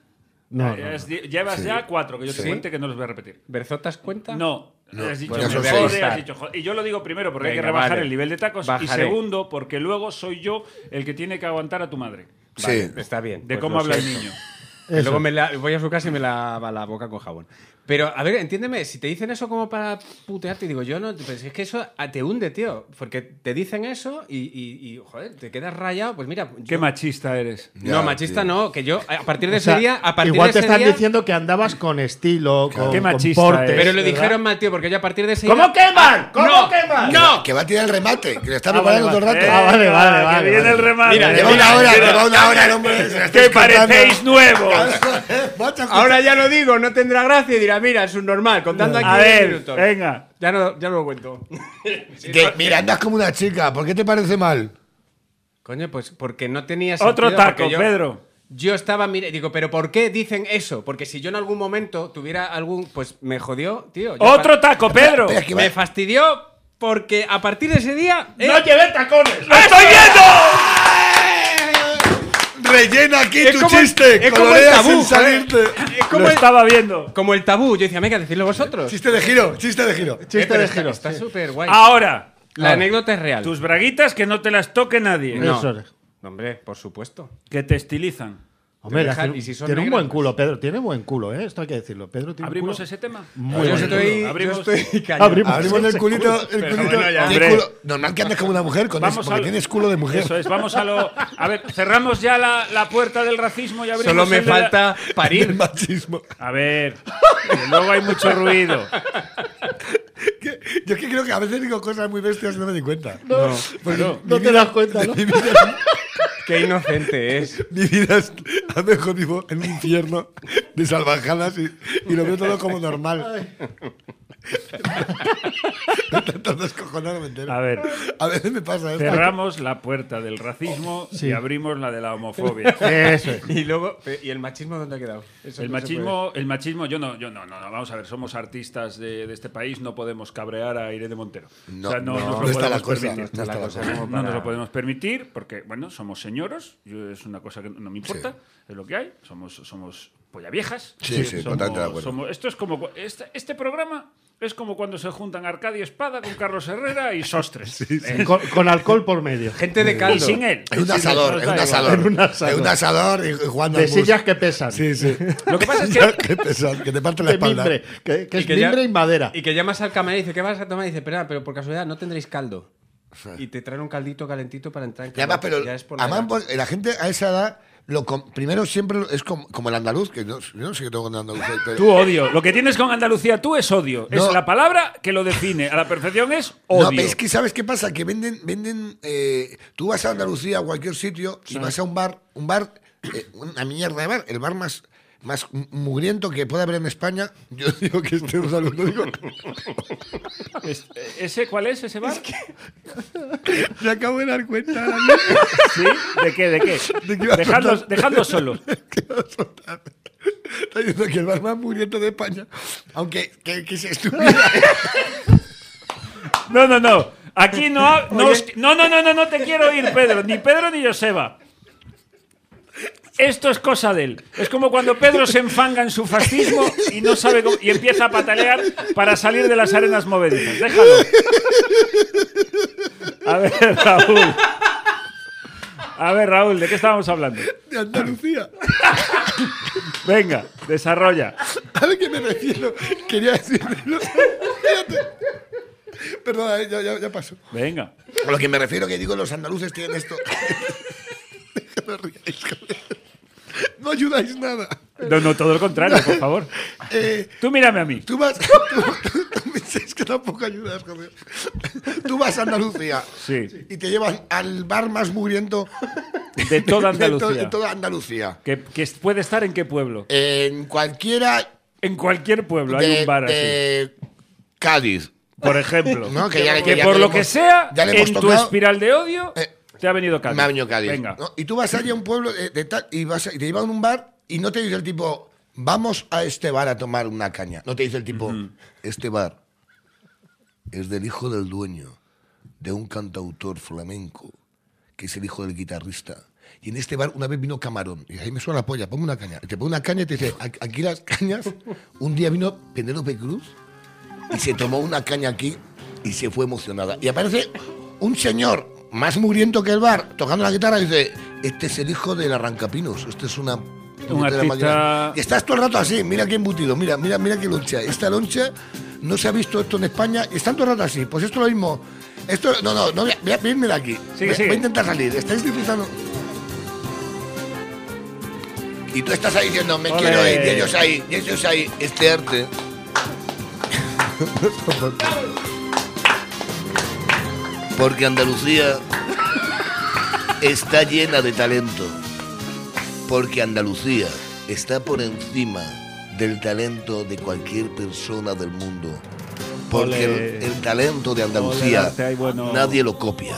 Speaker 6: No, no,
Speaker 2: Has di- Llevas ya cuatro, que yo te
Speaker 3: ¿Sí?
Speaker 2: cuente que no los voy a repetir.
Speaker 3: ¿Berzotas cuenta?
Speaker 2: No. Has dicho,
Speaker 5: ya son
Speaker 2: joder,
Speaker 5: seis.
Speaker 2: has dicho, joder. Y yo lo digo primero porque hay que
Speaker 3: Venga,
Speaker 2: rebajar
Speaker 3: vale.
Speaker 2: el nivel de tacos. Y
Speaker 3: Bajaré.
Speaker 2: segundo, porque luego soy yo el que tiene que aguantar a tu madre.
Speaker 5: Sí.
Speaker 3: Está bien.
Speaker 2: De
Speaker 3: pues
Speaker 2: cómo
Speaker 3: lo
Speaker 2: habla el
Speaker 3: siento.
Speaker 2: niño.
Speaker 3: Y Luego me la- voy a su casa y me lava la boca con jabón. Pero, a ver, entiéndeme, si te dicen eso como para putearte, digo yo, no, pues es que eso a- te hunde, tío. Porque te dicen eso y, y- y, joder, te quedas rayado. Pues mira, yo-
Speaker 2: Qué machista eres.
Speaker 5: Ya,
Speaker 3: No, machista
Speaker 5: tío.
Speaker 3: no, que yo, a partir de
Speaker 6: O
Speaker 3: ese
Speaker 6: sea,
Speaker 3: día, a partir
Speaker 6: igual
Speaker 3: de ese
Speaker 6: te están
Speaker 3: día-
Speaker 6: diciendo que andabas con estilo, con,
Speaker 2: Qué
Speaker 6: con
Speaker 2: machista
Speaker 6: porte.
Speaker 2: es,
Speaker 3: Pero lo
Speaker 6: ¿verdad?
Speaker 3: dijeron mal, tío, porque yo a partir de ese
Speaker 6: ¿Cómo
Speaker 3: día.
Speaker 6: queman? ¿Cómo
Speaker 3: ¡No!
Speaker 6: queman?
Speaker 3: ¡No!
Speaker 5: Que va a tirar el remate, que lo está
Speaker 6: Ah, vale,
Speaker 5: preparando todo el
Speaker 6: vale.
Speaker 5: rato.
Speaker 6: Ah, vale, vale,
Speaker 2: que
Speaker 6: vale,
Speaker 2: viene
Speaker 6: vale.
Speaker 2: el remate.
Speaker 3: Mira,
Speaker 5: Lleva una hora, lleva una hora el hombre. se la está
Speaker 2: ¡Que
Speaker 5: escapando.
Speaker 2: parecéis nuevos!
Speaker 5: <laughs> Macho,
Speaker 3: Ahora ya lo digo, no tendrá gracia y dirá, mira, es un normal, contando aquí
Speaker 2: A
Speaker 3: 10
Speaker 2: ver,
Speaker 3: minutos.
Speaker 2: venga.
Speaker 3: Ya no, ya no lo cuento.
Speaker 5: que, mira, andas como una chica, ¿por qué te parece mal?
Speaker 3: Coño, pues porque no tenía sentido.
Speaker 2: Otro taco,
Speaker 3: porque yo-
Speaker 2: Pedro.
Speaker 3: Yo estaba, mire, digo, pero ¿por qué dicen eso? Porque si yo en algún momento tuviera algún, pues me jodió, tío. Yo
Speaker 2: Otro
Speaker 3: fa-
Speaker 2: taco, Pedro.
Speaker 5: Espera, que va-
Speaker 3: me fastidió porque a partir de ese día eh,
Speaker 6: ¡No llevé tacones!
Speaker 2: ¡Lo estoy viendo!
Speaker 5: Rellena aquí
Speaker 3: Es
Speaker 5: tu
Speaker 3: como el-
Speaker 5: chiste,
Speaker 3: es como el
Speaker 5: colorea
Speaker 3: tabú,
Speaker 5: sin
Speaker 3: joder.
Speaker 5: salirte.
Speaker 3: es como
Speaker 2: Lo
Speaker 3: el,
Speaker 2: estaba viendo.
Speaker 3: como el tabú. Yo decía, venga, decidlo vosotros.
Speaker 5: Chiste de giro, chiste de giro.
Speaker 3: Eh, pero
Speaker 6: de
Speaker 3: está-
Speaker 6: giro,
Speaker 3: Está
Speaker 6: sí.
Speaker 3: súper guay.
Speaker 2: Ah, Ahora,
Speaker 3: La anécdota es real.
Speaker 2: tus braguitas que no te las toque nadie.
Speaker 3: No.
Speaker 6: Eso es.
Speaker 3: No, hombre, por supuesto.
Speaker 2: Que te estilizan.
Speaker 6: Hombre,
Speaker 3: Te
Speaker 6: las
Speaker 3: dejan-
Speaker 6: tiene,
Speaker 3: y si son
Speaker 6: tiene un
Speaker 3: negras,
Speaker 6: buen culo, Pedro. Tiene buen culo, ¿eh? Esto hay que decirlo. Pedro tiene un
Speaker 2: ¿Abrimos
Speaker 6: culo.
Speaker 2: ese tema?
Speaker 6: Muy
Speaker 3: yo
Speaker 6: bueno.
Speaker 3: estoy,
Speaker 2: Abrimos.
Speaker 3: yo
Speaker 2: <laughs>
Speaker 3: estoy cañón.
Speaker 6: Abrimos.
Speaker 5: Abrimos el
Speaker 6: Ese culo.
Speaker 5: culito, el
Speaker 3: Pero
Speaker 5: culito.
Speaker 3: bueno, ya.
Speaker 5: Tiene
Speaker 2: Hombre.
Speaker 5: culo- Normal que andes como una mujer, con eso,
Speaker 2: Vamos
Speaker 5: porque
Speaker 2: al-
Speaker 5: tienes culo de mujer.
Speaker 2: Eso es, vamos a lo. A ver, cerramos ya la, la puerta del racismo y abrimos.
Speaker 3: Solo me
Speaker 2: el de la-
Speaker 3: falta
Speaker 5: El
Speaker 3: parir.
Speaker 5: machismo.
Speaker 2: A ver, que luego hay
Speaker 5: <laughs>
Speaker 2: mucho ruido.
Speaker 5: Que- <laughs> Yo es que creo que a veces digo cosas muy bestias y no me di cuenta.
Speaker 6: No, no te das cuenta,
Speaker 5: <laughs>
Speaker 6: ¿no?
Speaker 5: Mi vida,
Speaker 3: <laughs> Qué
Speaker 2: <laughs>
Speaker 3: inocente es.
Speaker 5: mi vida es a lo mejor <laughs> vivo en un infierno de salvajadas y, y lo veo todo como normal. Tanto descojonado no me entero.
Speaker 2: A ver,
Speaker 5: A veces me pasa ¿eh? esto.
Speaker 2: cerramos la puerta del racismo y abrimos la
Speaker 5: <laughs>
Speaker 2: de la homofobia.
Speaker 6: <laughs> Eso es.
Speaker 3: Y luego, ¿y el machismo dónde ha quedado? Eso
Speaker 2: El
Speaker 3: no se
Speaker 2: machismo, el machismo, yo no, yo no, no, no, vamos a ver, somos artistas de, de este país, no podemos cabrear a Irene Montero.
Speaker 5: No,
Speaker 2: O sea,
Speaker 5: no,
Speaker 2: nos lo
Speaker 5: no está la
Speaker 2: podemos
Speaker 5: cosa,
Speaker 2: permitir.
Speaker 5: no está la cosa
Speaker 2: No,
Speaker 3: como
Speaker 2: nos
Speaker 3: para-
Speaker 2: lo podemos permitir porque, bueno, somos señoros, yo- es una cosa que no me importa, es lo que hay, somos, somos pollaviejas.
Speaker 5: Sí, sí, totalmente de acuerdo.
Speaker 2: somos- esto es como, cu- este, este programa es como cuando se juntan Arcadio Espada con Carlos Herrera y Sostres. Eh,
Speaker 6: Con, con alcohol por medio.
Speaker 3: puede. Gente de
Speaker 2: y
Speaker 3: caldo.
Speaker 2: sin él.
Speaker 5: Es un
Speaker 2: Sí,
Speaker 5: asador,
Speaker 2: nos
Speaker 5: es
Speaker 2: da
Speaker 5: un
Speaker 2: igual. <laughs>
Speaker 5: asador.
Speaker 6: En un asador.
Speaker 5: Es un asador y y jugando
Speaker 6: De
Speaker 5: al bus.
Speaker 6: sillas que pesan.
Speaker 5: Sí, sí.
Speaker 2: Lo que pasa es que-
Speaker 5: <laughs> Qué pesado, que te parte la
Speaker 6: De
Speaker 5: espalda.
Speaker 6: mimbre. Que, que
Speaker 3: Y
Speaker 6: es
Speaker 3: que ya-
Speaker 6: mimbre y madera.
Speaker 3: Y que llamas al camarero y dice, ¿qué vas a tomar? Y dice, pero, pero por casualidad no tendréis caldo. Y te traen un caldito calentito para entrar en
Speaker 5: Y además,
Speaker 3: calor.
Speaker 5: pero
Speaker 3: Ya es por la
Speaker 5: además,
Speaker 3: edad.
Speaker 5: pues, la gente a esa edad, lo com- primero siempre lo- es como, como el andaluz, que no, yo no sé qué tengo con el andaluz. ahí, Pero,
Speaker 2: Tú odio. Lo que tienes con Andalucía tú es odio. Es
Speaker 5: No.
Speaker 2: la palabra que lo define. A la perfección es
Speaker 5: No,
Speaker 2: odio.
Speaker 5: pero es que ¿sabes qué pasa? Que venden, venden eh, tú vas a Andalucía, a cualquier sitio, y vas a un bar, un bar, eh, una mierda de bar, el bar más más mugriento que pueda haber en España, yo <laughs> digo que este es andaluz, no digo,
Speaker 2: Es- eh, ¿Ese cuál es ese bar?
Speaker 5: <laughs> me acabo de dar <laughs> cuenta ahora
Speaker 2: ¿Sí? ¿De qué? ¿De qué?
Speaker 5: ¿De qué iba a
Speaker 2: Dejadlos,
Speaker 5: contar?
Speaker 2: dejadlos solos.
Speaker 5: Está diciendo que el bar más mugriento de España, aunque que, que se estuviera... <laughs>
Speaker 2: No, no, no. Aquí no, ha- no, os- no, no, no, no, no te quiero ir, Pedro. Ni Pedro ni Joseba. Esto es cosa de él. Es como cuando Pedro se enfanga en su fascismo y no sabe cómo- y empieza a patalear para salir de las arenas movedizas. Déjalo. A ver, Raúl. A ver, Raúl, ¿de qué estábamos hablando?
Speaker 5: de Andalucía.
Speaker 2: Venga, desarrolla.
Speaker 5: ¿A qué me refiero? Quería decirlo. <laughs> Fíjate. Perdona, eh, ya, ya, ya paso.
Speaker 2: Venga.
Speaker 5: A lo que me refiero que digo, los andaluces tienen esto. no ríais, joder. No ayudáis nada.
Speaker 2: No, no, todo lo contrario, por favor.
Speaker 5: Eh,
Speaker 2: Tú mírame a mí.
Speaker 5: tú vas. Tú, tú- tú me dices que tampoco ayudas, joder. Tú vas a Andalucía.
Speaker 2: Sí.
Speaker 5: Y te llevas al bar más mugriento
Speaker 2: De toda
Speaker 5: de to-
Speaker 2: Andalucía.
Speaker 5: de toda Andalucía.
Speaker 2: Que, que puede estar en qué pueblo.
Speaker 5: En cualquiera
Speaker 2: En cualquier pueblo hay
Speaker 5: de,
Speaker 2: un bar así.
Speaker 5: de Cádiz.
Speaker 2: por ejemplo.
Speaker 5: No, que ya-
Speaker 2: Que
Speaker 5: que ya
Speaker 2: por
Speaker 5: le
Speaker 2: lo
Speaker 5: hemos-
Speaker 2: que sea,
Speaker 5: ya le hemos
Speaker 2: en tu
Speaker 5: tocado.
Speaker 2: espiral de odio,
Speaker 5: Eh,
Speaker 2: te ha venido Cádiz.
Speaker 5: Me ha venido Cádiz.
Speaker 2: Venga.
Speaker 5: ¿no? Y tú vas allí a un pueblo de, de tal, y, vas a- y te llevan a un bar y no te dice el tipo, vamos a este bar a tomar una caña. No te dice el tipo, este bar es del hijo del dueño de un cantautor flamenco, que es el hijo del guitarrista. Y en este bar una vez vino Camarón. Y ahí me suena la polla, ponme una caña. Y te pone una caña y te dice, "Ac- aquí
Speaker 2: <laughs>
Speaker 5: las cañas. Un día vino Penélope Cruz y se tomó una caña aquí y se fue emocionada. Y aparece un señor más mugriento que el bar, tocando la guitarra y dice, este es el hijo del arrancapinos, este es una...
Speaker 2: Un
Speaker 5: puñetera
Speaker 2: artista-
Speaker 5: máquina". Y estás todo el rato así, mira qué embutido, mira, mira, mira qué loncha. Esta loncha no se ha visto esto en España, y están todo el rato así. Pues esto es lo mismo. Esto, no, no, no voy a, voy a- voy a irme de aquí.
Speaker 2: Sigue,
Speaker 5: voy, a-
Speaker 2: sigue.
Speaker 5: voy a intentar salir. Estáis disfrutando. Y tú estás ahí diciendo, me
Speaker 2: Ole.
Speaker 5: quiero ir, y ellos ahí, y ellos ahí, este arte. <laughs> Porque Andalucía está llena de talento. Porque Andalucía está por encima del talento de cualquier persona del mundo. Porque el,
Speaker 2: Ole.
Speaker 5: el talento de
Speaker 2: Ole,
Speaker 5: Andalucía
Speaker 2: arte, ay, bueno.
Speaker 5: nadie lo copia.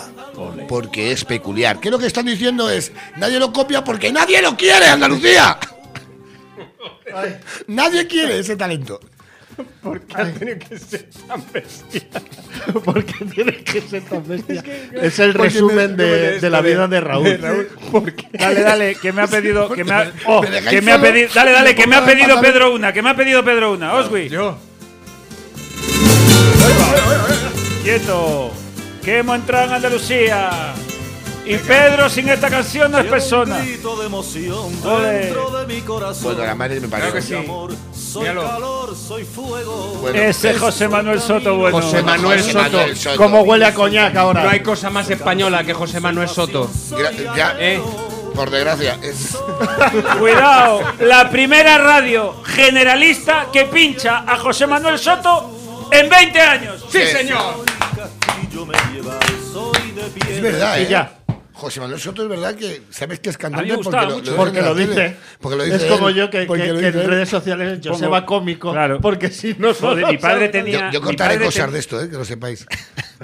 Speaker 5: Porque es peculiar. Que lo que están diciendo es, nadie lo copia porque nadie lo quiere, Andalucía. Nadie quiere ese talento.
Speaker 6: Porque tiene que ser tan bestia. es el resumen de, de la vida de Raúl.
Speaker 2: Dale, dale, que me
Speaker 5: <laughs>
Speaker 2: ha pedido. Que me ha, oh,
Speaker 5: me dejáis
Speaker 2: que me ha
Speaker 5: solo,
Speaker 2: pedido. Dale, dale,
Speaker 5: me
Speaker 2: que me ha
Speaker 5: pongo
Speaker 2: pedido
Speaker 5: fatal.
Speaker 2: Pedro una. Que me ha pedido Pedro una. Oswi.
Speaker 3: Yo.
Speaker 2: Quieto, que hemos entrado en Andalucía. Y Pedro sin esta canción no es persona. Ole.
Speaker 5: Bueno, la madre me parece.
Speaker 3: Claro que sí. Míralo.
Speaker 2: Ese José Manuel Soto bueno.
Speaker 3: José Manuel Soto.
Speaker 6: Como huele a coñac ahora.
Speaker 3: No hay cosa más española que José Manuel Soto.
Speaker 5: Gra- ya,
Speaker 3: ¿Eh?
Speaker 5: por desgracia. es-
Speaker 2: Cuidado, la primera radio generalista que pincha a José Manuel Soto en 20 años.
Speaker 3: ¡Sí, señor!
Speaker 5: Es verdad,
Speaker 6: Y
Speaker 5: ¿eh?
Speaker 6: ya.
Speaker 5: José Manuel Soto es verdad que sabes que es
Speaker 2: A mí me
Speaker 5: cantante
Speaker 2: gustaba
Speaker 5: porque,
Speaker 2: mucho.
Speaker 5: ves
Speaker 6: Porque
Speaker 5: en la
Speaker 6: lo
Speaker 5: tele,
Speaker 6: dice.
Speaker 5: Porque lo dice
Speaker 6: es como
Speaker 5: él,
Speaker 6: yo que,
Speaker 5: porque
Speaker 6: que-
Speaker 5: lo
Speaker 6: que
Speaker 5: dice
Speaker 6: en
Speaker 5: él.
Speaker 6: redes sociales yo se
Speaker 2: Pongo-
Speaker 6: va cómico.
Speaker 2: Claro.
Speaker 6: Porque si no
Speaker 2: Joder,
Speaker 6: no
Speaker 2: mi padre
Speaker 6: sabe-
Speaker 2: tenía-
Speaker 5: Yo, yo
Speaker 2: Mi
Speaker 5: contaré
Speaker 2: padre
Speaker 5: cosas
Speaker 2: te-
Speaker 5: de esto, eh, que lo sepáis.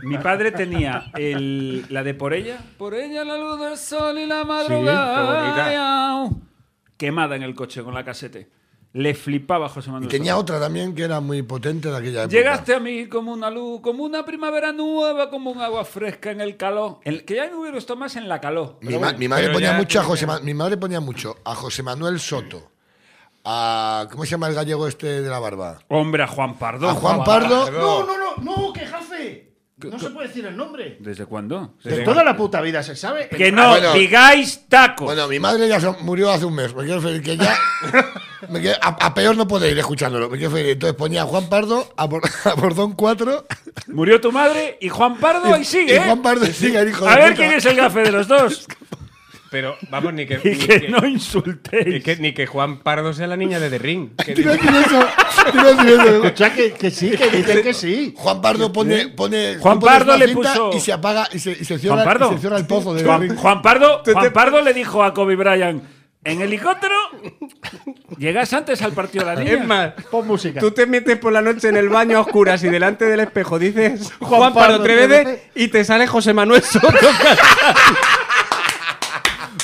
Speaker 2: Mi padre tenía el- la de por ella. Por ella la luz del sol y la madrugada. quemada en el coche con la casete. Le flipaba a José
Speaker 5: Y
Speaker 2: Manuel.
Speaker 5: tenía
Speaker 2: Soto.
Speaker 5: otra también que era muy potente de aquella época.
Speaker 2: Llegaste a mí como una luz, como una primavera nueva, como un agua fresca en el calor. El, que ya me hubiera gustado más en la calor.
Speaker 5: Mi, ma- mi madre
Speaker 3: pero
Speaker 5: ponía
Speaker 3: ya
Speaker 5: mucho a
Speaker 3: tenía-
Speaker 5: José Ma- mi madre ponía mucho a José Manuel Soto. A ¿cómo se llama el gallego este de la barba?
Speaker 2: Hombre, a Juan Pardo.
Speaker 5: A Juan Pardo.
Speaker 3: No,
Speaker 6: no, no, no, que jafe. No se puede decir el nombre.
Speaker 2: ¿Desde cuándo?
Speaker 6: De toda la puta vida se sabe.
Speaker 2: Que no
Speaker 5: Ah, Bueno.
Speaker 2: digáis tacos.
Speaker 5: Bueno, mi madre ya se murió hace un mes. Me quiero decir
Speaker 2: <laughs>
Speaker 5: que ya. me quiero- a, a peor no puede ir escuchándolo. Me quiero decir, entonces ponía a Juan Pardo, a, Bor- <laughs> a Bordón 4.
Speaker 2: Murió tu madre y Juan Pardo ahí sigue.
Speaker 5: Y
Speaker 2: ¿eh?
Speaker 5: Juan Pardo sigue el hijo de
Speaker 2: a ver
Speaker 5: puta.
Speaker 2: quién es el gafe de los dos.
Speaker 5: <laughs>
Speaker 3: Pero vamos, ni que,
Speaker 2: Y
Speaker 3: ni,
Speaker 2: que
Speaker 3: que,
Speaker 2: no
Speaker 3: ni
Speaker 2: insultéis.
Speaker 3: que- ni que Juan Pardo sea la niña de The Ring.
Speaker 5: <laughs>
Speaker 3: Que
Speaker 5: Te iba a decir eso, te iba a decir eso.
Speaker 6: Escucha, que, que sí, que dicen que sí.
Speaker 5: Juan Pardo pone. pone
Speaker 2: Juan
Speaker 5: tú pones
Speaker 2: Pardo
Speaker 5: una
Speaker 2: le
Speaker 5: cinta
Speaker 2: puso-
Speaker 5: Y se apaga y se, y se
Speaker 2: Juan
Speaker 5: cierra,
Speaker 2: Pardo.
Speaker 5: y se cierra el pozo de
Speaker 2: Juan, Juan Pardo,
Speaker 3: Te- te-
Speaker 2: Juan Pardo le dijo a Kobe Bryant, en helicóptero llegas antes al partido de la niña. <laughs>
Speaker 3: Es más,
Speaker 6: Pon música.
Speaker 3: tú te metes por la noche en el baño a oscuras y delante del espejo dices
Speaker 6: Juan
Speaker 3: Juan,
Speaker 6: Pardo
Speaker 3: Pardo, tres veces y te sale José Manuel Soto.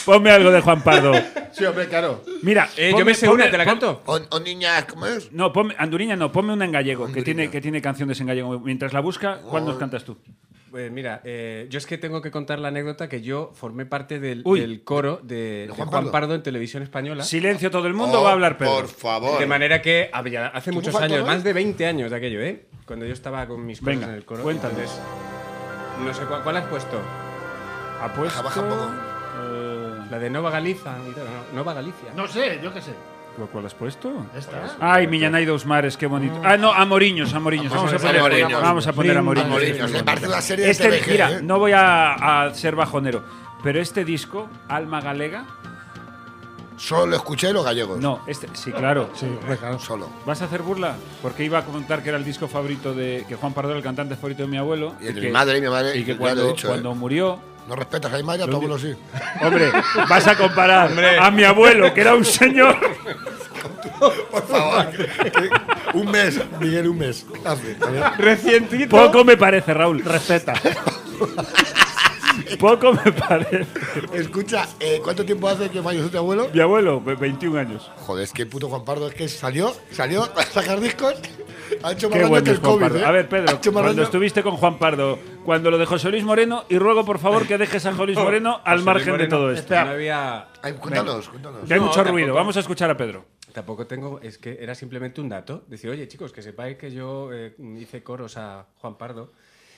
Speaker 2: Ponme algo de Juan Pardo.
Speaker 6: Sí, hombre, claro.
Speaker 2: Mira,
Speaker 3: Eh,
Speaker 2: ponme-
Speaker 3: yo me sé
Speaker 2: ponme-
Speaker 3: una, te la canto.
Speaker 5: O, o niña, ¿cómo es?
Speaker 2: No, ponme, Anduriña no, ponme una en gallego, que
Speaker 5: Anduriña.
Speaker 2: tiene, que tiene canciones en gallego. Mientras la busca, ¿cuál nos cantas tú?
Speaker 3: Pues mira, eh, yo es que tengo que contar la anécdota que yo formé parte del,
Speaker 2: Uy.
Speaker 3: del coro de, de
Speaker 5: Juan
Speaker 3: Juan,
Speaker 5: Pardo?
Speaker 3: Pardo? en televisión española.
Speaker 2: Silencio todo el mundo,
Speaker 5: Oh,
Speaker 2: va a hablar Este Pedro.
Speaker 5: Por favor.
Speaker 3: De manera que había- hace muchos
Speaker 5: faltó,
Speaker 3: años,
Speaker 5: no?
Speaker 3: más de 20 años de aquello, ¿eh? Cuando yo estaba con mis cosas
Speaker 2: Venga,
Speaker 3: en el coro.
Speaker 2: cuéntanos.
Speaker 3: entonces, No sé cuál, cuál has puesto.
Speaker 2: Apuesto,
Speaker 5: Baja, baja un poco.
Speaker 2: eh,
Speaker 3: La de Nova Galiza. y tal, no, Nova Galicia.
Speaker 6: No sé, yo qué sé.
Speaker 2: ¿cu- ¿Cuál has puesto?
Speaker 6: Esta.
Speaker 2: Ay, Miñanay dos Mares, qué bonito. Ah, no, Amoriños, Amoriños. Vamos a
Speaker 5: Amoriños,
Speaker 2: poner
Speaker 5: Amoriños.
Speaker 2: Vamos a poner Amoriños.
Speaker 5: Amoriños, me parece una serie
Speaker 2: Este,
Speaker 5: de TVG,
Speaker 2: mira,
Speaker 5: ¿eh?
Speaker 2: no voy a, a ser bajonero, pero este disco, Alma Galega,
Speaker 5: Solo lo escuché los gallegos.
Speaker 2: no, este, sí, claro.
Speaker 5: Solo.
Speaker 2: ¿Vas a hacer burla? Porque iba a contar que era el disco favorito de que Juan Pardo era el cantante favorito de mi abuelo.
Speaker 5: Y el de
Speaker 2: que-
Speaker 5: mi madre, y mi madre,
Speaker 2: y que
Speaker 5: ya lo he
Speaker 2: cuando,
Speaker 5: dicho,
Speaker 2: cuando
Speaker 5: eh.
Speaker 2: murió.
Speaker 5: No respetas a mi madre, a tu abuelo sí.
Speaker 2: Hombre, vas a comparar a mi abuelo, que era un <laughs> señor.
Speaker 5: Por favor. un mes, Miguel, un mes. Hace, a ver.
Speaker 3: Recientito.
Speaker 2: Poco me parece, Raúl. Receta. <laughs> Poco me parece.
Speaker 5: Escucha, eh, ¿cuánto tiempo hace que falleció tu abuelo?
Speaker 2: Mi abuelo, ve- 21 años.
Speaker 5: Joder, es que puto Juan Pardo es que salió, salió a sacar discos. Ha hecho más
Speaker 2: Qué
Speaker 5: daño
Speaker 2: bueno
Speaker 5: que
Speaker 2: es
Speaker 5: el
Speaker 2: Juan
Speaker 5: COVID.
Speaker 2: Pardo.
Speaker 5: ¿eh?
Speaker 2: A ver,
Speaker 5: Ha
Speaker 2: Pedro,
Speaker 5: hecho más
Speaker 2: cuando
Speaker 5: daño-
Speaker 2: estuviste con Juan Pardo, cuando lo de José Luis Moreno, y ruego por favor que dejes a José Luis Moreno al
Speaker 3: José Luis
Speaker 2: margen de
Speaker 3: Moreno, Pues este
Speaker 2: todo esto.
Speaker 3: No había.
Speaker 5: Ay, cuéntanos, cuéntanos.
Speaker 2: Que hay
Speaker 3: No,
Speaker 2: mucho
Speaker 3: tampoco.
Speaker 2: ruido. Vamos a escuchar a Pedro.
Speaker 3: Tampoco tengo, es que era simplemente un dato. Decir, oye chicos, que sepáis que yo eh, hice coros a Juan Pardo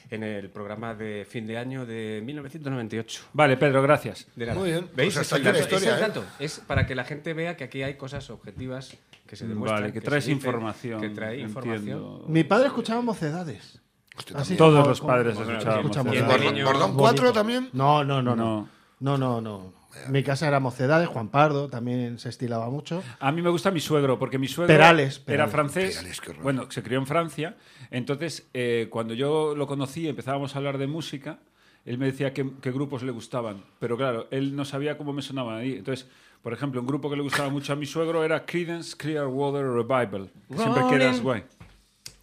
Speaker 3: en el programa de fin de año de 1998.
Speaker 2: Vale, Pedro, gracias.
Speaker 3: De nada.
Speaker 5: Muy bien.
Speaker 3: ¿Veis?
Speaker 5: Pues
Speaker 3: es,
Speaker 5: hasta
Speaker 3: el
Speaker 5: aquí la
Speaker 3: dato, es
Speaker 5: historia,
Speaker 3: el
Speaker 5: ¿eh?
Speaker 3: dato. Es para que la gente vea que aquí hay cosas objetivas que se demuestran.
Speaker 2: Vale, que
Speaker 3: se
Speaker 2: traes
Speaker 3: dicen,
Speaker 2: información.
Speaker 3: Que trae
Speaker 2: entiendo.
Speaker 3: información.
Speaker 6: Mi padre escuchaba mocedades.
Speaker 5: Hostia,
Speaker 6: Así,
Speaker 5: también.
Speaker 2: Todos
Speaker 6: con-
Speaker 2: los padres
Speaker 6: con-
Speaker 2: escuchábamos
Speaker 6: escuchamos.
Speaker 3: Mocedades.
Speaker 5: Bordón-
Speaker 3: Y niño-
Speaker 5: ¿Bordón
Speaker 6: Bonito.
Speaker 5: 4 también?
Speaker 6: No, no, no,
Speaker 2: No.
Speaker 6: no. No, no, no. Mi casa era mocedades, Juan Pardo también se estilaba mucho.
Speaker 2: A mí me gusta mi suegro, porque mi suegro
Speaker 6: Perales,
Speaker 2: era
Speaker 6: Perales.
Speaker 2: francés.
Speaker 5: Perales, qué horror.
Speaker 2: bueno, se crió en Francia. Entonces, eh, cuando yo lo conocí y empezábamos a hablar de música, él me decía qué, qué grupos le gustaban. Pero claro, él no sabía cómo me sonaban ahí. Entonces, por ejemplo, un grupo que le gustaba mucho a mi suegro era Creedence Clearwater Revival. que siempre quedas
Speaker 3: Rolling.
Speaker 2: guay.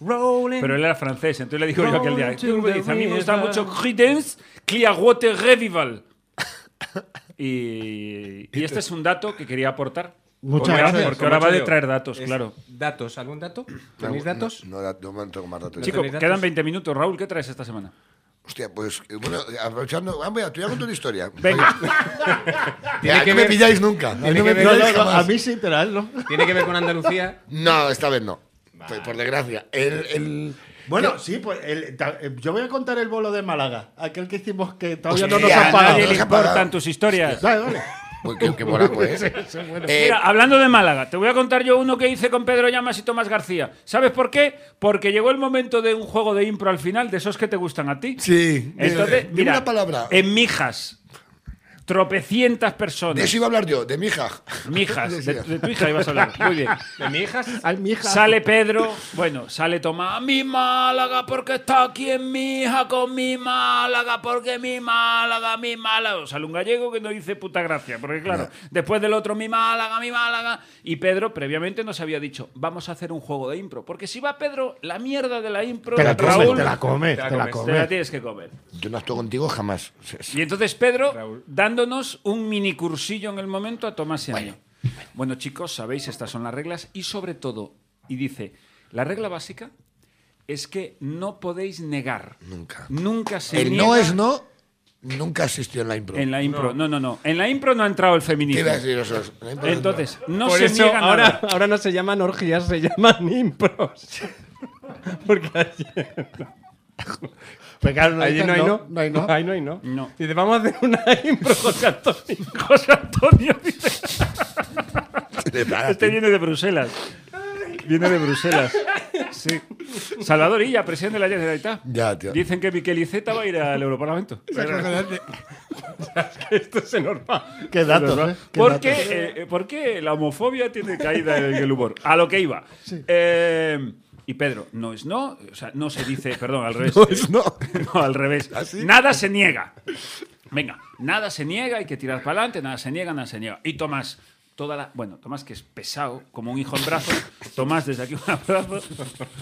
Speaker 3: Rolling.
Speaker 2: Pero él era francés, entonces le digo yo aquel día.
Speaker 3: Rolling
Speaker 2: "Tú me
Speaker 3: to
Speaker 2: dices,
Speaker 3: the
Speaker 2: a mí me gusta
Speaker 3: river".
Speaker 2: mucho Creedence Clearwater Revival. Y, y este es un dato que quería aportar.
Speaker 6: Muchas
Speaker 2: Porque-
Speaker 6: gracias.
Speaker 2: Porque ahora va de
Speaker 3: Yo-
Speaker 2: traer datos,
Speaker 3: es-
Speaker 2: claro.
Speaker 3: Datos, ¿algún dato?
Speaker 5: No,
Speaker 3: ¿Tenéis datos?
Speaker 5: <laughs> No, no, no tengo más datos.
Speaker 2: Chico,
Speaker 3: tenéis datos?
Speaker 2: quedan 20 minutos. Raúl, ¿qué traes esta semana?
Speaker 5: Hostia, pues eh, bueno, aprovechando. Ah, mira, te voy a contar una historia.
Speaker 2: Venga.
Speaker 5: Mira,
Speaker 3: que
Speaker 5: no me
Speaker 3: ver-
Speaker 5: pilláis nunca. A mí
Speaker 3: tiene
Speaker 5: no me
Speaker 3: que ver-
Speaker 5: pilláis
Speaker 3: no, no,
Speaker 5: jamás.
Speaker 6: A mí sí, pero a
Speaker 3: <laughs>
Speaker 6: él no.
Speaker 3: Tiene que ver con Andalucía.
Speaker 5: No, esta vez no. Pues, por desgracia. El, el...
Speaker 6: Bueno, sí, pues el- ta- eh, yo voy a contar el bolo de Málaga, aquel que hicimos que todavía no nos
Speaker 5: Hostia,
Speaker 2: a
Speaker 6: han pagado.
Speaker 2: nadie
Speaker 5: no
Speaker 2: le
Speaker 6: <laughs>
Speaker 5: se ha pagado.
Speaker 2: importan tus historias.
Speaker 6: Dale, dale.
Speaker 5: Uy, qué, qué moraco, ¿eh?
Speaker 2: <laughs>
Speaker 5: Eh,
Speaker 2: Mira, hablando de Málaga, te voy a contar yo uno que hice con Pedro Llamas y Tomás García. ¿Sabes por qué? Porque llegó el momento de un juego de impro al final, de esos que te gustan a ti.
Speaker 5: Sí.
Speaker 2: Entonces,
Speaker 5: dime
Speaker 2: mira,
Speaker 5: una palabra.
Speaker 2: en Mijas. tropecientas personas.
Speaker 5: De eso iba a hablar yo, de mi hija. <laughs>
Speaker 2: Mijas, de,
Speaker 5: Decía.
Speaker 2: de tu hija ibas a hablar. Muy bien.
Speaker 3: ¿De mi hija?
Speaker 6: Ay, mi hija.
Speaker 2: Sale Pedro, bueno, sale Tomás. Mi Málaga, porque está aquí en mi hija con mi Málaga, porque mi Málaga, mi Málaga. Sale un gallego que no dice puta gracia, porque claro, después del otro, mi Málaga, mi Málaga. Y Pedro previamente nos había dicho, vamos a hacer un juego de impro. Porque si va Pedro, la mierda de la impro,
Speaker 6: Te la comes,
Speaker 2: Raúl, pues
Speaker 6: te la comes, te la
Speaker 2: te la
Speaker 6: comes.
Speaker 2: tienes que comer.
Speaker 5: Yo no estoy contigo jamás.
Speaker 2: Y entonces Pedro dándonos un mini cursillo en el momento a Tomás y a mí. Bueno, chicos, sabéis, estas son las reglas y sobre todo, y dice, la regla básica es que no podéis negar.
Speaker 5: Nunca.
Speaker 2: Nunca se
Speaker 5: El
Speaker 2: niega
Speaker 5: no es no, nunca asistió en la impro.
Speaker 2: En la impro, no. no, no, En la impro no ha entrado el
Speaker 5: ¿Qué iba
Speaker 2: feminismo.
Speaker 5: a decir eso? La impro es
Speaker 2: <laughs>
Speaker 5: no.
Speaker 2: Entonces, no
Speaker 3: Por
Speaker 2: se
Speaker 3: eso
Speaker 2: niega <laughs>
Speaker 3: ahora,
Speaker 2: nada.
Speaker 3: ahora no se llaman orgías, se llaman impros. <laughs> Porque ayer-
Speaker 6: Pero claro, no
Speaker 3: allí
Speaker 6: dicen
Speaker 3: no hay no.
Speaker 6: No hay no.
Speaker 3: Ahí no hay no.
Speaker 2: No.
Speaker 3: Dice, vamos a hacer una impro, José Antonio.
Speaker 2: José Antonio dice,
Speaker 5: <laughs> De verdad,
Speaker 2: este viene de Bruselas. Viene de Bruselas. Sí. Salvador Illa, presidente de la Generalitat.
Speaker 5: Ya, tío.
Speaker 2: Dicen que Miquel Iceta va a ir al Europarlamento.
Speaker 3: Esto es enorme.
Speaker 6: Qué datos, ¿eh? Qué
Speaker 2: ¿Por qué,
Speaker 6: datos.
Speaker 2: eh, eh, por qué la homofobia tiene caída en el humor? A lo que iba. Eh, y Pedro, no es no, o sea, no se dice, perdón, al revés.
Speaker 5: No es no.
Speaker 2: <laughs> No, al revés. Nada se niega. Venga, nada se niega, hay que tirar para adelante, nada se niega, nada se niega. Y Tomás, toda la, bueno, Tomás que es pesado, como un hijo en brazos. Tomás, desde aquí un abrazo.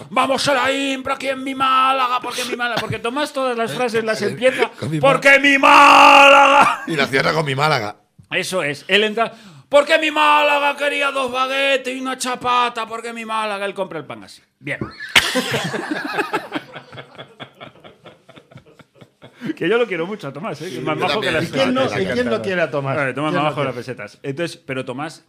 Speaker 2: Vamos a la impra, aquí en mi Málaga, porque mi Málaga. Porque Tomás todas las frases las empieza,
Speaker 5: Con mi
Speaker 2: porque mi Málaga.
Speaker 5: Y la cierra con mi Málaga.
Speaker 2: Eso es. Él entra. Porque mi Málaga quería dos baguetes y una chapata. Porque mi Málaga. Él compra el pan así. Bien. <laughs> que yo lo quiero mucho a Tomás, ¿eh? Que es más
Speaker 5: yo
Speaker 2: bajo que
Speaker 5: también.
Speaker 2: las
Speaker 5: ¿Y
Speaker 6: ¿Quién no,
Speaker 5: Me
Speaker 6: ¿Y quién
Speaker 5: encanta.
Speaker 6: no quiere a Tomás?
Speaker 2: A ver, Tomás
Speaker 6: ¿Quién
Speaker 2: más
Speaker 6: no
Speaker 2: bajo de las
Speaker 6: quiere?
Speaker 2: pesetas. Entonces, pero Tomás,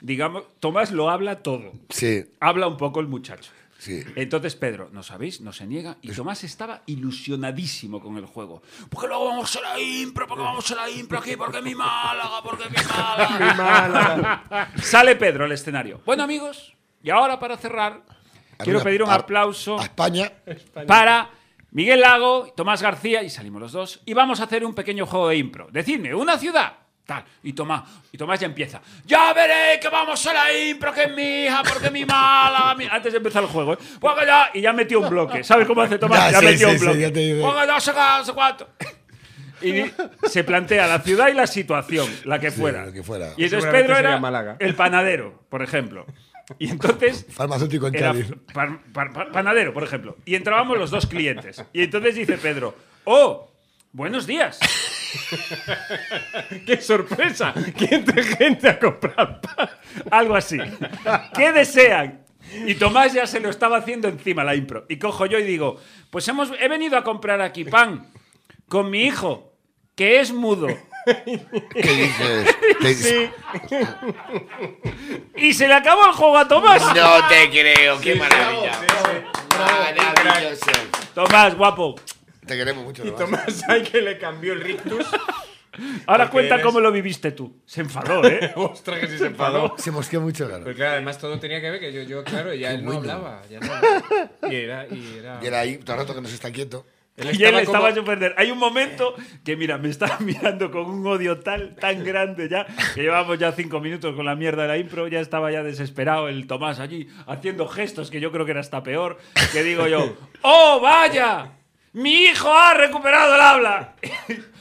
Speaker 2: digamos, Tomás lo habla todo.
Speaker 5: Sí,
Speaker 2: Habla un poco el muchacho.
Speaker 5: sí.
Speaker 2: Entonces Pedro, no sabéis, no se niega. Y Tomás estaba ilusionadísimo con el juego. Porque luego vamos a la impro, porque vamos a la impro aquí, porque mi Málaga, porque <laughs> mi Málaga.
Speaker 6: Ah,
Speaker 2: Sale Pedro al escenario. Bueno, amigos, y ahora para cerrar, quiero
Speaker 5: Arriba,
Speaker 2: pedir un
Speaker 5: a-
Speaker 2: aplauso
Speaker 5: A España.
Speaker 2: para Miguel Lago, Tomás García, y salimos los dos, y vamos a hacer un pequeño juego de impro. Decidme, una ciudad. Tal. Y Tomás, y Tomás ya empieza. Ya veréis que vamos a la impro, que es mi hija, porque mi mala. mi-". Antes de empezar el juego, ¿eh? Porque ya- y ya metió un bloque. ¿Sabes cómo hace Tomás? Ya,
Speaker 5: Ya, sí,
Speaker 2: metió
Speaker 5: sí,
Speaker 2: un
Speaker 5: sí,
Speaker 2: bloque.
Speaker 5: ya te digo.
Speaker 2: Porque ya se ca- se cuatro. Y di- se plantea la ciudad y la situación, la que fuera.
Speaker 5: lo que fuera.
Speaker 2: Y entonces
Speaker 3: Seguramente
Speaker 2: Pedro
Speaker 3: sería
Speaker 2: era
Speaker 3: Málaga.
Speaker 2: el panadero, por ejemplo. Y entonces
Speaker 5: Farmacéutico en
Speaker 2: era <laughs>
Speaker 5: Cádiz.
Speaker 2: par- par- par- panadero, por ejemplo. Y entrábamos los dos clientes. Y entonces dice Pedro, ¡Oh! Buenos días. <laughs>
Speaker 3: ¡Qué sorpresa! ¿Quién entre gente a comprar pan?
Speaker 2: Algo así. ¿Qué desean? Y Tomás ya se lo estaba haciendo encima la impro. Y cojo yo y digo, pues hemos, he venido a comprar aquí pan con mi hijo, que es mudo.
Speaker 5: ¿Qué dices? Te-
Speaker 2: Y se le acabó el juego a Tomás.
Speaker 8: No te creo, qué maravilla. Maravilloso.
Speaker 2: Tomás, guapo.
Speaker 5: Te queremos mucho. Tomás.
Speaker 3: Tomás, hay que le cambió el rictus.
Speaker 2: Ahora
Speaker 3: Porque
Speaker 2: cuenta
Speaker 3: eres-
Speaker 2: cómo lo viviste tú. Se enfadó, ¿eh?
Speaker 3: <laughs> Ostras, que sí se enfadó.
Speaker 5: Se mosqueó mucho, claro.
Speaker 3: Pero claro, además todo tenía que ver que yo, yo claro, ya él no hablaba. Ya no hablaba. Y era, y era.
Speaker 5: Y era ahí, todo el rato que nos está quieto.
Speaker 2: Y él
Speaker 3: como-
Speaker 2: estaba sorprendido. Hay un momento que, mira, me estaba <laughs> mirando con un odio tal, tan grande ya, que llevábamos ya cinco minutos con la mierda de la impro, ya estaba ya desesperado el Tomás allí, haciendo gestos que yo creo que era hasta peor, que digo <laughs> yo, ¡oh, vaya! ¡Mi hijo ha recuperado el habla!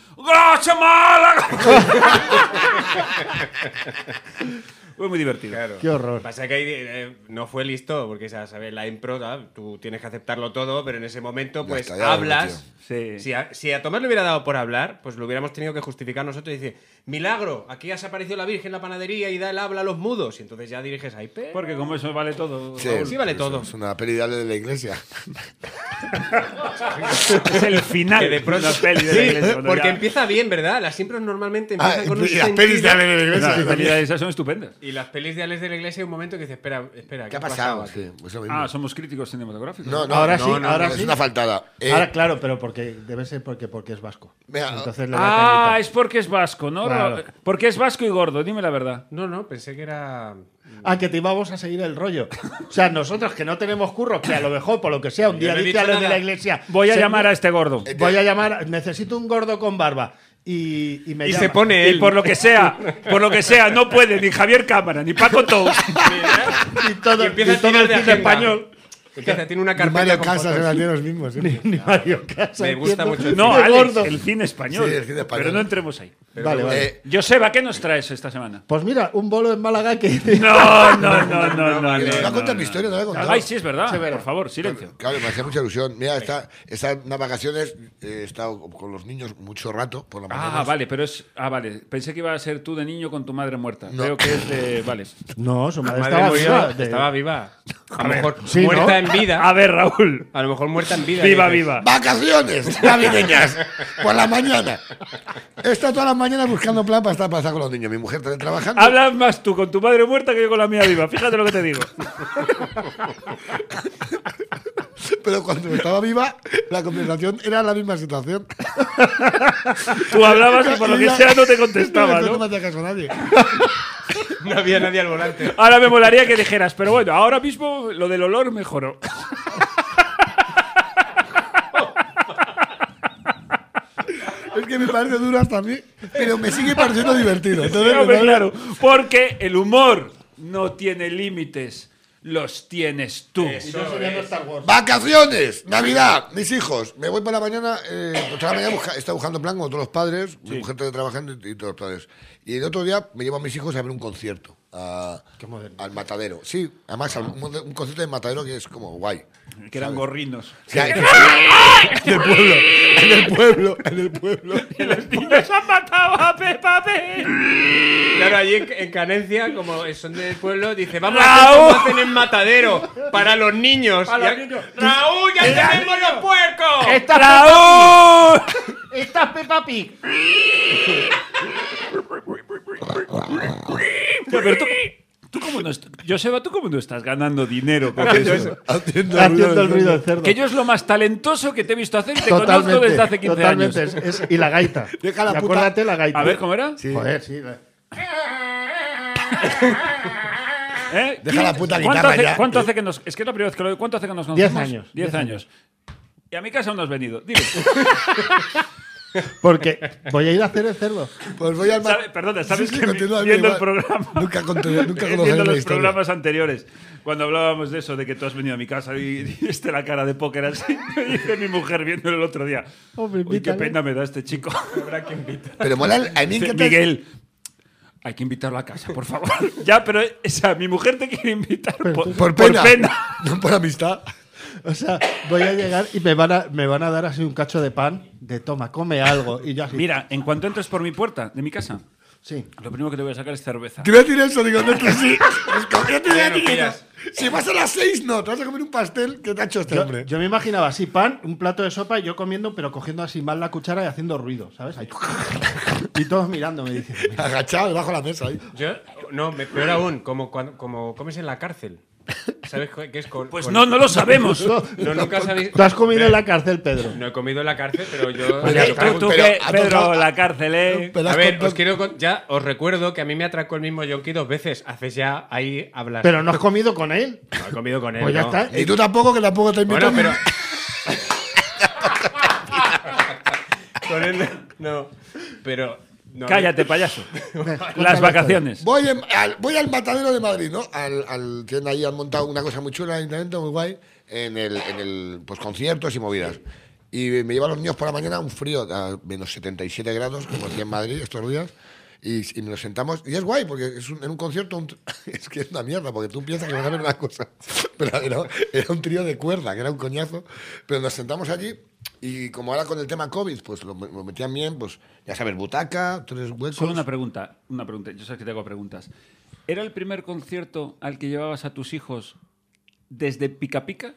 Speaker 2: <laughs> ¡Gracias, Málaga! <laughs> Fue muy divertido.
Speaker 3: Claro.
Speaker 6: Qué horror.
Speaker 3: Pasa que ahí eh, no fue listo, porque ya sabes, la impro, ¿no? tú tienes que aceptarlo todo, pero en ese momento,
Speaker 5: Ya
Speaker 3: pues
Speaker 5: está, ya
Speaker 3: hablas.
Speaker 2: lo metió. Sí.
Speaker 3: Si, a, si a Tomás le hubiera dado por hablar, pues lo hubiéramos tenido que justificar nosotros y decir, milagro, aquí has aparecido la Virgen en la panadería y da el habla a los mudos. Y entonces ya diriges ahí, pero...
Speaker 2: Porque como eso vale todo,
Speaker 5: Sí,
Speaker 3: sí vale todo.
Speaker 5: Es una peli de Ale de la iglesia.
Speaker 2: es el final
Speaker 3: Que de pronto-
Speaker 2: una peli de la
Speaker 3: Sí,
Speaker 2: iglesia, cuando
Speaker 3: porque
Speaker 2: ya-
Speaker 3: empieza bien, ¿verdad? Las impros normalmente
Speaker 5: Ah,
Speaker 3: empiezan
Speaker 5: y
Speaker 3: con un
Speaker 5: las pelis de
Speaker 3: sentido-
Speaker 5: Ale de la
Speaker 2: No,
Speaker 5: iglesia.
Speaker 2: las
Speaker 5: sí,
Speaker 2: películas esas son estupendas.
Speaker 3: Y las pelis de Alex de la Iglesia hay un momento que dice, espera, espera,
Speaker 5: ¿Qué ha pasado?
Speaker 3: aquí?".
Speaker 5: Sí, pues lo mismo.
Speaker 2: Ah, somos críticos cinematográficos.
Speaker 5: No, no,
Speaker 6: Ahora
Speaker 5: no,
Speaker 6: sí,
Speaker 5: no,
Speaker 6: ahora
Speaker 5: no,
Speaker 6: sí.
Speaker 5: Es una faltada. Eh,
Speaker 6: Ahora, Ah, claro, pero porque debe ser porque, porque es vasco.
Speaker 5: Venga,
Speaker 6: Entonces le
Speaker 2: Ah,
Speaker 6: meten y
Speaker 2: es porque es vasco, ¿no?
Speaker 6: Claro.
Speaker 2: Porque es vasco y gordo, dime la verdad.
Speaker 3: No, no, pensé que era...
Speaker 6: tal. Ah, que te íbamos a seguir el rollo. O sea, nosotros que no tenemos curro, que a lo mejor, por lo que sea, un
Speaker 3: Yo
Speaker 6: día
Speaker 3: no he
Speaker 6: dice
Speaker 3: dicho
Speaker 6: a los de
Speaker 3: nada.
Speaker 6: la iglesia.
Speaker 2: Voy a
Speaker 6: "Se-
Speaker 2: llamar a este gordo.
Speaker 6: Voy a llamar, necesito un gordo con barba. y, y me
Speaker 2: Y
Speaker 6: llama.
Speaker 2: se pone él. Y por lo que sea, por lo que sea, no puede ni Javier Cámara, ni Paco Tous,
Speaker 6: Y todo,
Speaker 3: Y empieza
Speaker 6: y
Speaker 3: a
Speaker 6: todo
Speaker 3: tirar
Speaker 6: el
Speaker 3: de
Speaker 6: cine
Speaker 3: agenda.
Speaker 6: español.
Speaker 3: Empieza, tiene una
Speaker 5: Y
Speaker 3: carpeta
Speaker 5: Mario
Speaker 3: con
Speaker 5: Casas
Speaker 3: fotos.
Speaker 5: eran de los mismos. ¿eh? siempre.
Speaker 6: Ni Mario Casas.
Speaker 3: Me gusta
Speaker 6: entiendo.
Speaker 3: mucho el
Speaker 2: No,
Speaker 6: Cine
Speaker 2: Alex,
Speaker 6: gordo.
Speaker 2: el cine español.
Speaker 5: Sí, el cine español.
Speaker 2: Pero no entremos ahí.
Speaker 6: Vale, vale.
Speaker 5: Eh,
Speaker 2: Joseba, ¿qué nos traes esta semana?
Speaker 6: Pues mira, un bolo en Málaga que.
Speaker 2: <laughs> No, no, no, no, no.
Speaker 5: ¿Va a
Speaker 2: no, no,
Speaker 5: contar mi historia? ¿No la he contado?
Speaker 2: Ay, sí, es verdad. Por favor, silencio.
Speaker 5: Claro, me hacía mucha ilusión. Mira, esta, esta, unas vacaciones eh, he estado con los niños mucho rato por la mañana.
Speaker 2: Ah, vale, pero es. Ah, vale. Pensé que iba a ser tú de niño con tu madre muerta.
Speaker 5: No.
Speaker 2: Creo que es de. Vale.
Speaker 6: No, su
Speaker 3: La
Speaker 6: madre,
Speaker 3: madre
Speaker 6: estaba
Speaker 3: murió,
Speaker 6: viva. de-
Speaker 3: estaba viva. A lo mejor
Speaker 6: Sí, ¿no?
Speaker 3: muerta en vida.
Speaker 2: A ver, Raúl.
Speaker 3: A lo mejor muerta en vida.
Speaker 2: Viva,
Speaker 3: dices.
Speaker 2: viva. <laughs>
Speaker 5: Vacaciones navideñas por la mañana. He estado todas las mañanas buscando plan para estar pasando con los niños. Mi mujer también trabajando.
Speaker 2: Hablas más tú con tu madre muerta que yo con la mía viva. Fíjate lo que te digo.
Speaker 5: Pero cuando estaba viva, la conversación era la misma situación.
Speaker 2: Tú hablabas y por lo que sea no te contestaba,
Speaker 5: <laughs> No me
Speaker 2: ¿no?
Speaker 5: hacía caso nadie.
Speaker 3: <laughs> No había nadie al volante.
Speaker 2: Ahora me molaría que dijeras, pero bueno, ahora mismo lo del olor <laughs> mejoró.
Speaker 5: Es que me parece duro hasta a mí, pero me sigue pareciendo divertido. Entonces,
Speaker 2: Hombre,
Speaker 5: me parece-
Speaker 2: claro, porque el humor no tiene límites, los tienes tú.
Speaker 5: Vacaciones, Navidad, mis hijos. Me voy por la mañana, eh, por toda la mañana busca- está buscando plan con todos los padres, mi mujer está trabajando y, y todos los padres. Y el otro día me llevo a mis hijos a ver un concierto. a- al matadero. Sí, además al- un, un concierto de matadero que es como guay.
Speaker 2: Que eran gorrinos.
Speaker 5: O sea, en el pueblo, en el pueblo, en el pueblo.
Speaker 2: Y los niños han matado a Peppa Pig.
Speaker 3: Claro, allí en, en Canencia, como son del pueblo, dice: Vamos
Speaker 2: ¡Raúl!
Speaker 3: a hacer como hacen en matadero para los niños.
Speaker 2: Para
Speaker 3: Ya-
Speaker 2: los niños.
Speaker 3: ¡Raúl, ya tenemos los puercos!
Speaker 2: ¡Raúl!
Speaker 6: ¡Estás Peppa Pig!
Speaker 2: Ya, pero tú, tú cómo no est- Joseba, ¿tú cómo no estás ganando dinero con eso?
Speaker 5: Haciendo
Speaker 6: Haciendo el ruido del cerdo.
Speaker 2: Que yo es lo más talentoso que te he visto hacer y te
Speaker 6: totalmente,
Speaker 2: conozco desde hace 15
Speaker 6: totalmente.
Speaker 2: años.
Speaker 6: Es- es- y
Speaker 5: <laughs>
Speaker 6: la gaita.
Speaker 5: Deja la
Speaker 6: Y
Speaker 5: puta-
Speaker 6: Acuérdate la gaita.
Speaker 2: A ver, ¿cómo era?
Speaker 6: Joder, sí. la-
Speaker 2: ¿Eh?
Speaker 5: Deja la puta
Speaker 2: ¿Cuánto
Speaker 5: guitarra
Speaker 2: hace,
Speaker 5: ya.
Speaker 2: ¿Cuánto hace que nos.? Es que es la primera vez que lo veo. ¿Cuánto hace que nos
Speaker 6: Diez
Speaker 2: conocemos?
Speaker 6: años,
Speaker 2: Diez
Speaker 6: diez
Speaker 2: años. Y a mi casa no has venido. Dime.
Speaker 6: Porque voy a ir a hacer el cerdo.
Speaker 5: Pues voy al ma-
Speaker 2: ¿Sabe- perdona, ¿sabes
Speaker 5: Sí, sí,
Speaker 2: que vi-
Speaker 5: continúa,
Speaker 2: viendo el
Speaker 5: igual.
Speaker 2: programa-
Speaker 5: Nunca, conté- nunca conoceré
Speaker 2: <laughs> Viendo
Speaker 5: la
Speaker 2: los
Speaker 5: historia.
Speaker 2: programas anteriores, cuando hablábamos de eso, de que tú has venido a mi casa y, <laughs> y este la cara de póker así, <laughs> me dice mi mujer viéndolo el otro día.
Speaker 6: Hombre,
Speaker 2: Uy, qué
Speaker 6: invítale".
Speaker 2: pena me da este chico. Habrá que invitar.
Speaker 5: Pero mola, el- a mí me
Speaker 2: Dice,
Speaker 5: encanta-
Speaker 2: Miguel, hay que invitarlo a casa, por favor. <laughs> ya, pero o sea, mi mujer te quiere invitar por,
Speaker 5: Por
Speaker 2: por
Speaker 5: pena.
Speaker 2: pena.
Speaker 5: <laughs> No por amistad.
Speaker 6: O sea, voy a llegar y me van a, me van a dar así un cacho de pan de toma, come algo. Y yo así.
Speaker 2: Mira, en cuanto entres por mi puerta de mi casa,
Speaker 6: Sí.
Speaker 2: lo primero que te voy a sacar es cerveza.
Speaker 5: Te voy a decir eso, digo, no, que sí. Es como, yo te voy
Speaker 3: <laughs>
Speaker 5: a
Speaker 3: Bueno,
Speaker 5: decir que no.
Speaker 3: miras.
Speaker 5: Si vas a las seis, no, te vas a comer un pastel que te ha hecho este
Speaker 6: Yo,
Speaker 5: hombre.
Speaker 6: yo me imaginaba así, pan, un plato de sopa y yo comiendo, pero cogiendo así mal la cuchara y haciendo ruido, ¿sabes? Ahí. Y todos mirándome diciendo.
Speaker 5: Agachado debajo de la mesa ahí.
Speaker 3: Yo, no, me- peor aún, como, cuando, como comes en la cárcel. ¿Sabes qué es con.?
Speaker 2: Pues
Speaker 3: con-
Speaker 2: no, no lo
Speaker 6: <laughs>
Speaker 2: sabemos.
Speaker 3: No, nunca sabéis.
Speaker 6: Tú has comido en la cárcel, Pedro.
Speaker 3: No he comido en la cárcel, pero yo.
Speaker 5: Pero-
Speaker 3: yo pregunto-
Speaker 2: Pues Tú
Speaker 5: Pero
Speaker 2: que,
Speaker 5: ha
Speaker 2: Pedro,
Speaker 5: tocado-
Speaker 2: la cárcel, ¿eh?
Speaker 5: Pero
Speaker 3: a
Speaker 5: has
Speaker 3: ver,
Speaker 5: contado-
Speaker 3: os quiero con- ya os recuerdo que a mí me atracó el mismo Yonki dos veces. Haces ya ahí hablar.
Speaker 6: Pero no has comido con él.
Speaker 2: Eh,
Speaker 3: No he comido con él.
Speaker 6: Pues ya
Speaker 3: no.
Speaker 6: está.
Speaker 5: Y tú tampoco, que tampoco te invito.
Speaker 3: Eh, Bueno, pero. con él no. Pero. no.
Speaker 2: Cállate, <laughs> payaso.
Speaker 6: la
Speaker 2: Las vacaciones.
Speaker 5: Voy, en- al, voy al matadero de Madrid, ¿no? Al, al- tienen ahí, han montado una cosa muy chula, un evento muy guay, en el, en el pues, conciertos y movidas. Y me llevan los niños por la mañana un frío a menos 77 grados, como hacía en Madrid estos días, y, y nos sentamos. Y es guay, porque es un- en un concierto un tr- <laughs> es que es una mierda, porque tú piensas que vas a ver una cosa. <laughs> Pero era, era un trío de cuerda, que era un coñazo. Pero nos sentamos allí y como ahora con el tema COVID, pues lo, lo metían bien, pues ya sabes, butaca, tres huecos.
Speaker 2: Solo una pregunta, una pregunta. Yo sé que te hago preguntas. ¿Era el primer concierto al que llevabas a tus hijos desde Pica Pica?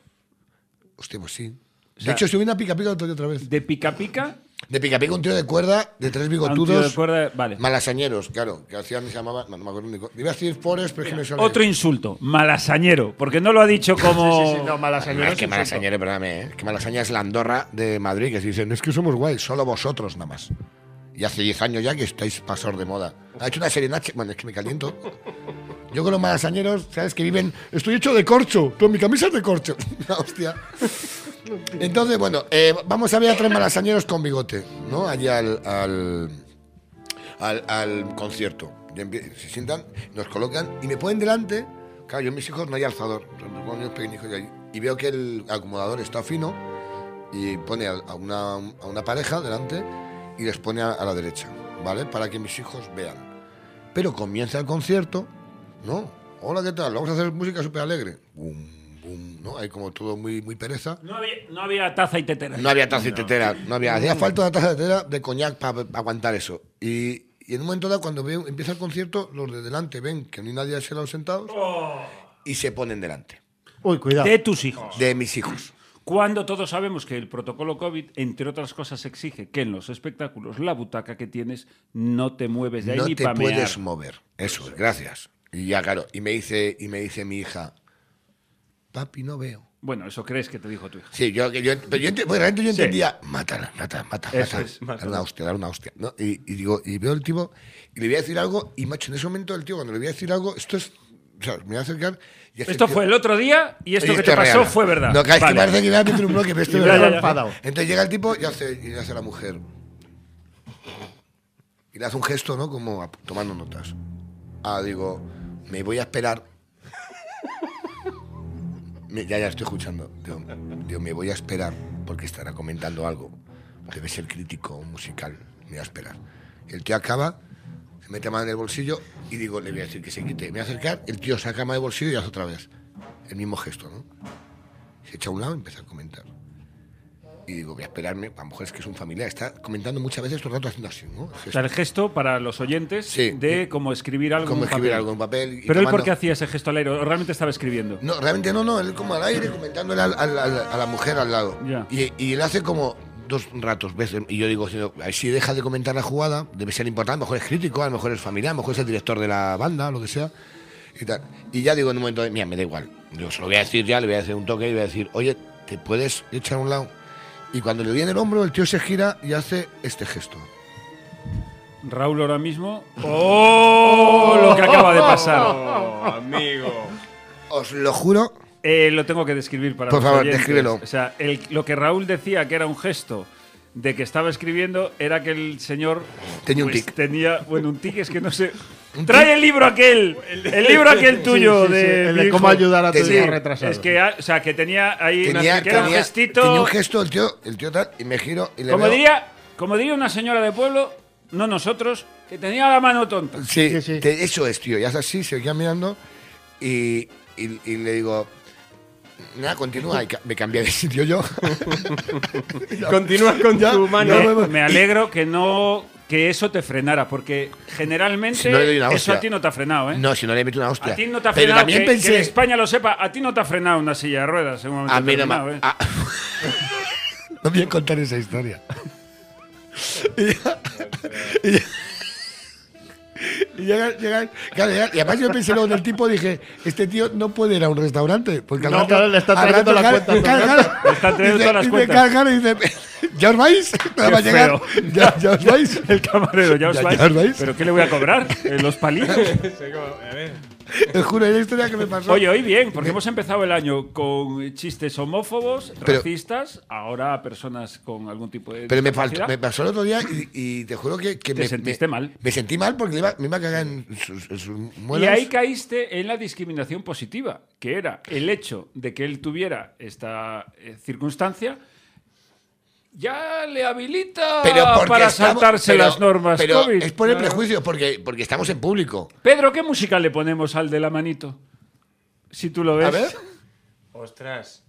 Speaker 5: Hostia, pues sí.
Speaker 2: sea-
Speaker 5: de hecho, subí una pica pica otro día otra vez.
Speaker 2: De Pica Pica
Speaker 5: De pica pica un tío de cuerda, de tres
Speaker 2: a un tío de
Speaker 5: bigotudos.
Speaker 2: cuerda. Vale.
Speaker 5: Malasañeros, claro, que hacían, se llamaba, no, no me acuerdo ni. co- Iba a decir Forest, pero es que me sale.
Speaker 2: Otro insulto, malasañero, porque no lo ha dicho como.
Speaker 6: Sí, sí, no, mala
Speaker 5: Ah,
Speaker 6: señora.
Speaker 5: es que malasañero, perdóname, ¿eh? que malasaña es la Andorra de Madrid, que se dicen, es que somos guay, solo vosotros nada más. Y hace 10 años ya que estáis pasor de moda. Ha hecho una serie en H, bueno, es que me caliento. Yo con los <laughs> malasañeros, ¿sabes? Que viven, estoy hecho de corcho, pero mi camisa es de corcho. Una hostia. Entonces, bueno, eh, vamos a ver a tres malasañeros con bigote, ¿no? Allí al, al, al- al concierto. Y empie- Se sientan, nos colocan y me ponen delante. Claro, yo en mis hijos no hay alzador, son los niños pequeños y ahí. Y veo que el acomodador está fino y pone a, a una, a una pareja delante y les pone a, a la derecha, ¿vale? Para que mis hijos vean. Pero comienza el concierto, ¿no? Hola, ¿qué tal? Vamos a hacer música súper alegre. Bum, bum, ¿no? Hay como todo muy, muy pereza.
Speaker 2: No había, no había taza y tetera.
Speaker 5: No había taza y tetera. No había. Hacía falta una taza de tetera de coñac para aguantar eso. Y, y en un momento dado, cuando veo- empieza el concierto, los de delante ven que no hay nadie a los sentados y se ponen delante
Speaker 6: Uy, cuidado.
Speaker 2: De tus hijos.
Speaker 5: de mis hijos.
Speaker 2: Cuando todos sabemos que el protocolo COVID, entre otras cosas, exige que en los espectáculos la butaca que tienes no te mueves de ahí
Speaker 5: no
Speaker 2: ni
Speaker 5: te
Speaker 2: pa' mear.
Speaker 5: puedes mover. Eso, es, gracias. Y ya, claro. Y me dice, y me dice mi hija, papi, no veo.
Speaker 2: Bueno, eso crees que te dijo tu hija.
Speaker 5: Sí, yo, yo, pero yo, ent- bueno, realmente yo entendía, mátala, mátala, mátala,
Speaker 2: Eso
Speaker 5: mátala.
Speaker 2: es,
Speaker 5: Dar una hostia, dar una hostia. ¿no? Y, y digo, y veo al tipo, y le voy a decir algo, y macho, en ese momento el tío, cuando le voy a decir algo, esto es. O sea, me voy a acercar. Y es
Speaker 2: Esto
Speaker 5: tío-
Speaker 2: fue el otro día y esto
Speaker 5: Oye,
Speaker 2: que te
Speaker 5: es
Speaker 2: pasó
Speaker 5: real.
Speaker 2: fue verdad.
Speaker 5: No, claro, es
Speaker 2: Vale.
Speaker 5: que parece que me va a meter un bloque,
Speaker 2: <laughs>
Speaker 5: pero esto es
Speaker 6: Ya, ya,
Speaker 5: verdad.
Speaker 6: ya. Enfadado.
Speaker 5: Entonces llega el tipo y hace, y le hace a la mujer. Y le hace un gesto, ¿no? Como ap- tomando notas. Ah, digo, me voy a esperar. Me- ya, ya estoy escuchando. Digo, digo, me voy a esperar porque estará comentando algo. Debe ser crítico musical. Me voy a esperar. El tío acaba, se mete mano en el bolsillo y digo, le voy a decir que se quite. Me voy a acercar, el tío saca mano del bolsillo y hace otra vez. El mismo gesto, ¿no? Se echa a un lado y empieza a comentar. Y digo, voy a esperarme. A lo mejor es que es un familiar. Está comentando muchas veces todo el rato haciendo así, ¿no?
Speaker 2: O sea, el gesto para los oyentes
Speaker 5: Sí.
Speaker 2: de cómo escribir algo. en
Speaker 5: Como
Speaker 2: un
Speaker 5: escribir
Speaker 2: papel.
Speaker 5: algo en papel. y
Speaker 2: Pero él, ¿por
Speaker 5: tomando-
Speaker 2: qué hacía ese gesto al aire? ¿O realmente estaba escribiendo?
Speaker 5: No, realmente no, no. Él como al aire comentándole al- al- al- a la mujer al lado.
Speaker 2: Ya.
Speaker 5: Y, y él hace como dos ratos, veces. Y yo digo, si- si deja de comentar la jugada, debe ser importante. A lo mejor es crítico, a lo mejor es familiar, a lo mejor es el director de la banda, lo que sea. Y, tal. y ya digo en un momento, mira, me da igual. Yo se lo voy a decir ya, le voy a hacer un toque y le voy a decir, oye, ¿te puedes echar a un lado? Y cuando le doy en el hombro, el tío se gira y hace este gesto.
Speaker 2: Raúl ahora mismo. ¡Oh! Lo que acaba de pasar.
Speaker 3: amigo.
Speaker 5: Os lo juro.
Speaker 2: Eh, lo tengo que describir para
Speaker 5: Por
Speaker 2: los
Speaker 5: favor,
Speaker 2: oyentes.
Speaker 5: descríbelo.
Speaker 2: O sea, el- lo que Raúl decía que era un gesto de que estaba escribiendo era que el señor
Speaker 5: Tenía un
Speaker 2: pues,
Speaker 5: tic.
Speaker 2: tenía bueno un tic es que no
Speaker 5: <laughs>
Speaker 2: sé trae el libro aquel el libro aquel
Speaker 6: Sí,
Speaker 2: tuyo
Speaker 6: sí, sí,
Speaker 2: de,
Speaker 6: el
Speaker 2: mi
Speaker 6: de
Speaker 2: hijo.
Speaker 6: cómo ayudar a tu
Speaker 5: Sí,
Speaker 6: hijo
Speaker 5: es
Speaker 6: retrasado.
Speaker 2: es que ah, o sea que tenía ahí una-
Speaker 5: Tenía,
Speaker 2: que era un
Speaker 5: tenía-
Speaker 2: gestito
Speaker 5: tenía un gesto, el tío, el tío tal, y me giro y le
Speaker 2: como
Speaker 5: veo-
Speaker 2: diría como diría una señora de pueblo no nosotros que tenía la mano tonta
Speaker 5: Sí,
Speaker 6: Sí, sí.
Speaker 5: te- eso es, tío. Y hace así, se queda mirando y, y- y le digo, nada, continúa. Y ca- me cambié de <laughs> sitio yo.
Speaker 3: Continúa con
Speaker 5: Ya,
Speaker 3: tu mano.
Speaker 5: no, no,
Speaker 2: me, me alegro que no que eso te frenara porque generalmente
Speaker 5: Si no le doy una
Speaker 2: eso
Speaker 5: hostia.
Speaker 2: a ti no te ha frenado eh
Speaker 5: No, si no le meto una hostia.
Speaker 2: a ti no te ha
Speaker 5: Pero
Speaker 2: frenado
Speaker 5: también
Speaker 2: que,
Speaker 5: pensé... Ah,
Speaker 2: que en España lo sepa a ti no te ha frenado una silla de ruedas en un momento
Speaker 5: a mí no me...
Speaker 2: determinado, eh. <laughs>
Speaker 5: a- no voy a contar esa historia. Y ya- y ya- Y llegan, llegan- claro, llegan- y además yo pensé luego en el tipo, dije, este tío no puede ir a un restaurante. Porque al
Speaker 6: No,
Speaker 5: rato-
Speaker 6: claro, le está
Speaker 5: al
Speaker 6: trayendo
Speaker 5: rato
Speaker 6: la
Speaker 5: cal-
Speaker 6: cuenta,
Speaker 5: cal-
Speaker 6: ¿no?
Speaker 5: cal-
Speaker 2: Le está trayendo
Speaker 5: dice-
Speaker 2: todas las
Speaker 5: dice,
Speaker 2: cuentas.
Speaker 5: cal- cal- y dice, ¿ya os vais? Nada más llegar,
Speaker 2: feo.
Speaker 5: <laughs> ¿Ya, ya os vais.
Speaker 2: el camarero ya os
Speaker 5: <laughs> Ya-
Speaker 2: vais.
Speaker 5: ya os vais.
Speaker 2: pero qué le voy a
Speaker 5: <laughs>
Speaker 2: cobrar Eh, los palillos
Speaker 5: Os juro, es la historia que me pasó.
Speaker 2: Oye, hoy bien, porque hemos empezado el año con chistes homófobos,
Speaker 5: Pero-
Speaker 2: racistas, ahora a personas con algún tipo de.
Speaker 5: Pero me,
Speaker 2: discapacidad.
Speaker 5: faltó, me pasó el otro día y, y te juro que, que
Speaker 2: Te
Speaker 5: me,
Speaker 2: sentiste
Speaker 5: me-
Speaker 2: mal.
Speaker 5: Me sentí mal porque le iba- me iba a cagar en sus, en sus
Speaker 2: Y
Speaker 5: muelas.
Speaker 2: ahí caíste en la discriminación positiva, que era el hecho de que él tuviera esta eh, circunstancia. Ya le habilita
Speaker 5: Pero porque
Speaker 2: para
Speaker 5: estamos-
Speaker 2: saltarse
Speaker 5: pero-
Speaker 2: las normas
Speaker 5: pero
Speaker 2: COVID.
Speaker 5: es por el
Speaker 2: Claro.
Speaker 5: prejuicio, porque, porque estamos en público.
Speaker 2: Pedro, ¿qué música le ponemos al de la manito? Si tú lo ves.
Speaker 5: A ver.
Speaker 3: Ostras.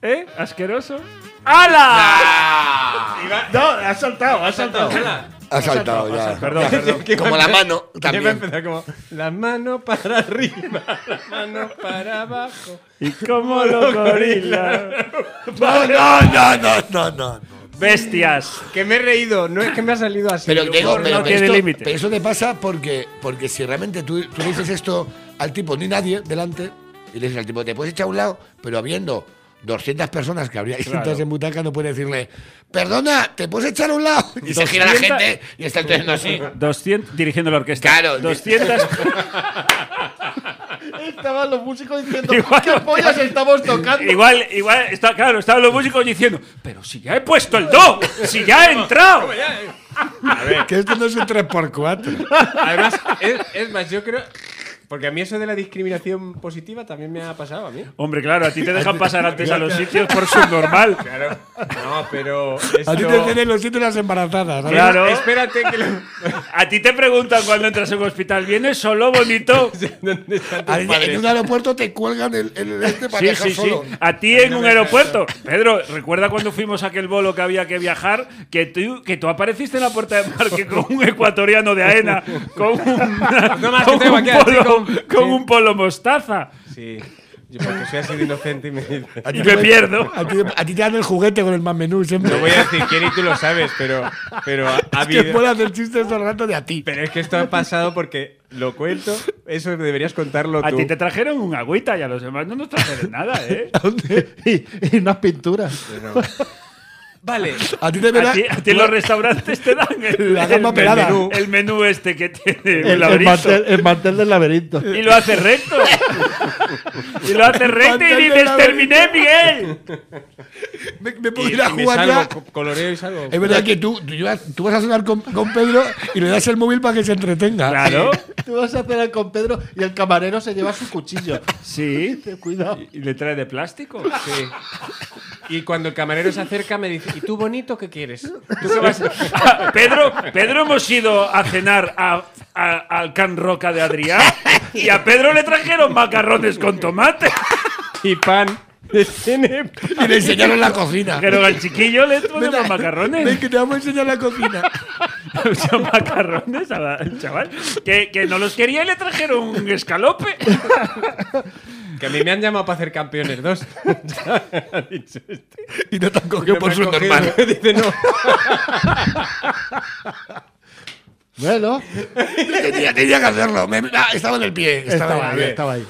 Speaker 2: ¿Eh? ¿Asqueroso?
Speaker 5: Ah.
Speaker 2: ¡Hala!
Speaker 6: No, ha saltado, ha saltado.
Speaker 3: Hola.
Speaker 5: Ha saltado ya.
Speaker 2: Perdón, perdón.
Speaker 3: Que
Speaker 5: Como
Speaker 3: va a
Speaker 5: la
Speaker 3: empezar-
Speaker 5: mano
Speaker 3: que va a
Speaker 5: también.
Speaker 3: empezar como la mano para arriba, la mano para abajo.
Speaker 2: Y como los gorilas.
Speaker 5: No, no, no, no, no, no.
Speaker 2: Bestias.
Speaker 3: Que me he reído, no es que me ha salido así.
Speaker 5: Pero, digo,
Speaker 2: no
Speaker 5: pero, pero
Speaker 2: tiene
Speaker 5: esto-
Speaker 2: límite.
Speaker 5: pero eso te pasa porque, porque si realmente tú, tú le dices esto al tipo, ni nadie delante, y le dices al tipo, te puedes echar a un lado, pero habiendo 200 personas que habría sentadas en butaca, no puedes decirle, perdona, te puedes echar a un lado. Y se gira la
Speaker 2: 200.
Speaker 5: gente y está haciendo así.
Speaker 2: <laughs> 200, dirigiendo la orquesta.
Speaker 5: Claro.
Speaker 2: 200,
Speaker 6: Estaban los músicos diciendo,
Speaker 2: Igual-
Speaker 6: ¿qué pollas estamos tocando?
Speaker 2: Igual, igual, está, claro, estaban los músicos diciendo, pero si ya he puesto el do, si ya he entrado.
Speaker 9: Que esto no es un 3x4.
Speaker 3: Además, es, es más, yo creo. Porque a mí eso de la discriminación positiva también me ha pasado a mí.
Speaker 2: Hombre, claro, a ti te dejan pasar antes a los sitios por subnormal.
Speaker 3: Claro. No, pero.
Speaker 9: A ti te
Speaker 3: esto-
Speaker 9: tienen los sitios las embarazadas. ¿sabes?
Speaker 2: Claro.
Speaker 3: Espérate que lo. <laughs>
Speaker 2: A ti te preguntan cuando entras en un hospital, ¿vienes solo, bonito?
Speaker 3: ¿Dónde están tus
Speaker 5: Al- En
Speaker 3: padres?
Speaker 5: un aeropuerto te cuelgan el, el este para
Speaker 2: Sí,
Speaker 5: viajar
Speaker 2: sí, sí.
Speaker 5: solo.
Speaker 2: A ti en un aeropuerto. Pedro, recuerda cuando fuimos a aquel bolo que había que viajar, que tú, que tú apareciste en la puerta de embarque con un ecuatoriano de AENA, con un,
Speaker 3: <laughs> No más, que
Speaker 2: con
Speaker 3: tengo
Speaker 2: un
Speaker 3: aquí así
Speaker 2: polo,
Speaker 3: con-
Speaker 2: con
Speaker 3: sí.
Speaker 2: un polo mostaza.
Speaker 3: Sí. Yo porque soy así de inocente y me dice.
Speaker 2: Y me pierdo.
Speaker 9: A ti, a ti te dan el juguete con el más menú siempre.
Speaker 3: No voy a decir quién y tú lo sabes, pero. Pero ha, ha
Speaker 9: Es que
Speaker 3: habido.
Speaker 9: puedo hacer chistes todo el rato de a ti.
Speaker 3: Pero es que esto ha pasado porque lo cuento. Eso deberías contarlo
Speaker 2: A
Speaker 3: tú.
Speaker 2: ti te trajeron un agüita y a los demás no nos trajeron nada,
Speaker 9: <laughs>
Speaker 2: ¿eh?
Speaker 6: y, y unas pinturas.
Speaker 3: Vale.
Speaker 9: A ti te
Speaker 2: A
Speaker 9: verás.
Speaker 2: ti, a ti en los restaurantes te dan el,
Speaker 9: La gamba
Speaker 2: el
Speaker 9: pelada.
Speaker 2: menú, el menú este que tiene un
Speaker 6: El, el
Speaker 2: laberinto.
Speaker 6: mantel, el mantel del laberinto.
Speaker 2: Y lo hace
Speaker 9: <laughs>
Speaker 2: recto. y lo hace recto
Speaker 9: mantel
Speaker 2: y
Speaker 9: del
Speaker 2: dices,
Speaker 9: laberinto.
Speaker 2: terminé, Miguel.
Speaker 9: Me, me puedo
Speaker 3: Y,
Speaker 9: ir a
Speaker 3: y me
Speaker 9: jugar ya.
Speaker 3: salgo, co- coloreo y salgo.
Speaker 9: Es verdad que tú, tú, llevas- tú vas a sonar con, con Pedro y le das el móvil para que se entretenga.
Speaker 2: Claro.
Speaker 6: Tú vas a cenar con Pedro y el camarero se lleva su cuchillo.
Speaker 2: Sí.
Speaker 6: Ten Cuidado.
Speaker 2: ¿Y le trae de plástico?
Speaker 3: Sí. Y cuando el camarero se acerca me dice, ¿y tú bonito qué quieres? ¿Tú qué vas a-?"
Speaker 2: Ah, <laughs> Pedro, Pedro hemos ido a cenar a- a- al Can Roca de Adrián y a Pedro le trajeron macarrones con tomate.
Speaker 3: Y pan. Tiene
Speaker 9: Y le enseñaron la cocina.
Speaker 2: Pero al chiquillo le ponemos
Speaker 9: Ven, Ven
Speaker 2: macarrones.
Speaker 9: que te vamos a enseñar la cocina.
Speaker 2: <laughs> Son macarrones al chaval. Que, que no los quería y le trajeron un escalope.
Speaker 3: Que a mí me han llamado para hacer
Speaker 9: <laughs>
Speaker 3: campeones dos. Ha dicho este.
Speaker 9: Y no te han cogido por
Speaker 3: Me
Speaker 9: su
Speaker 3: han cogido.
Speaker 9: normal.
Speaker 3: <laughs> Dice, no.
Speaker 6: Bueno,
Speaker 5: Tenía, tenía que hacerlo. Me- ah, estaba en el pie. Estaba,
Speaker 6: estaba
Speaker 5: en el
Speaker 6: ahí,
Speaker 5: pie.
Speaker 6: estaba ahí.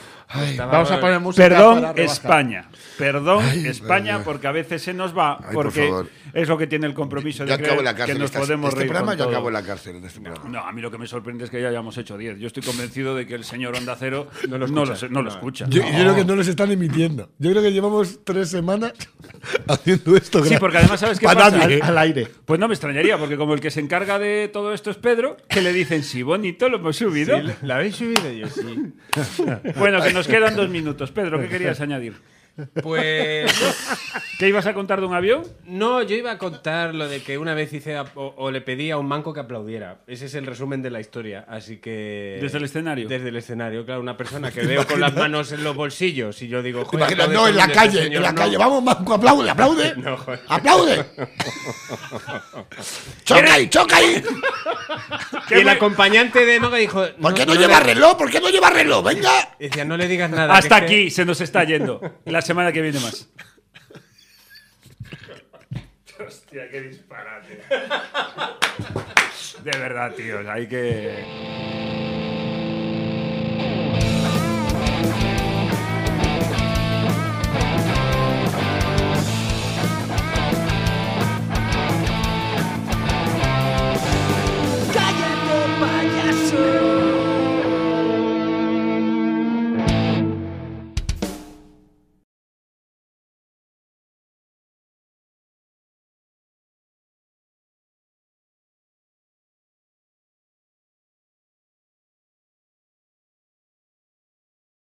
Speaker 3: Estaba-
Speaker 6: Vamos a poner música. para
Speaker 2: Perdón,
Speaker 6: rebajar.
Speaker 2: España. Perdón, España, porque a veces se nos va,
Speaker 5: Ay, por
Speaker 2: porque
Speaker 5: favor.
Speaker 2: es lo que tiene el compromiso
Speaker 5: Yo
Speaker 2: de
Speaker 5: acabo
Speaker 2: creer
Speaker 5: en la cárcel.
Speaker 2: que nos
Speaker 5: esta-
Speaker 2: podemos
Speaker 5: este
Speaker 2: reír
Speaker 5: programa
Speaker 2: con
Speaker 5: yo
Speaker 2: todo.
Speaker 5: acabo en la cárcel en este programa.
Speaker 2: No, a mí lo que me sorprende es que ya hayamos hecho 10. Yo estoy convencido de que el señor Onda Cero no
Speaker 3: No
Speaker 2: lo
Speaker 3: lo
Speaker 2: escucha. No lo,
Speaker 3: escucha.
Speaker 2: escucha.
Speaker 9: Yo,
Speaker 2: No.
Speaker 9: yo creo que no los están emitiendo. Yo creo que llevamos tres semanas <laughs> haciendo esto.
Speaker 2: Sí,
Speaker 9: gra-
Speaker 2: porque además, ¿sabes qué
Speaker 9: Para
Speaker 2: pasa?
Speaker 9: nadie.
Speaker 6: Al, al aire.
Speaker 2: Pues no me extrañaría, porque como el que se encarga de todo esto es Pedro, que le dicen, sí, bonito, lo hemos subido.
Speaker 3: ¿La habéis subido yo? Sí.
Speaker 2: Bueno, que nos quedan dos minutos. Pedro, ¿qué querías añadir?
Speaker 3: Pues.
Speaker 2: ¿Qué ibas a contar de un avión?
Speaker 3: No, yo iba a contar lo de que una vez hice a- o, o le pedí a un manco que aplaudiera. Ese es el resumen de la historia. Así que.
Speaker 2: ¿Desde el escenario?
Speaker 3: Desde el escenario, claro. Una persona
Speaker 9: <laughs>
Speaker 3: que veo con las manos en los bolsillos y yo digo,
Speaker 9: ¿Te
Speaker 3: joder.
Speaker 9: imaginas?
Speaker 3: aplaude
Speaker 9: No,
Speaker 3: todo
Speaker 9: en
Speaker 3: el
Speaker 9: la
Speaker 3: mundo, este
Speaker 9: calle, en
Speaker 3: señor
Speaker 9: la
Speaker 3: no.
Speaker 9: calle. Vamos, Manco, aplaude, aplaude.
Speaker 3: <laughs> No, joder. <laughs>
Speaker 9: ¡Aplaude! ¡Choca ahí, choca ahí!
Speaker 3: Y el acompañante de Noga dijo.
Speaker 5: ¿Por qué no,
Speaker 3: le-
Speaker 5: lleva reloj? ¿Por qué no lleva reloj? Venga.
Speaker 3: Decía, no le digas nada.
Speaker 2: Hasta
Speaker 3: que es que-
Speaker 2: aquí se nos está yendo. La semana que viene más. Hostia, qué disparate. De verdad, tío, hay que.
Speaker 10: Thank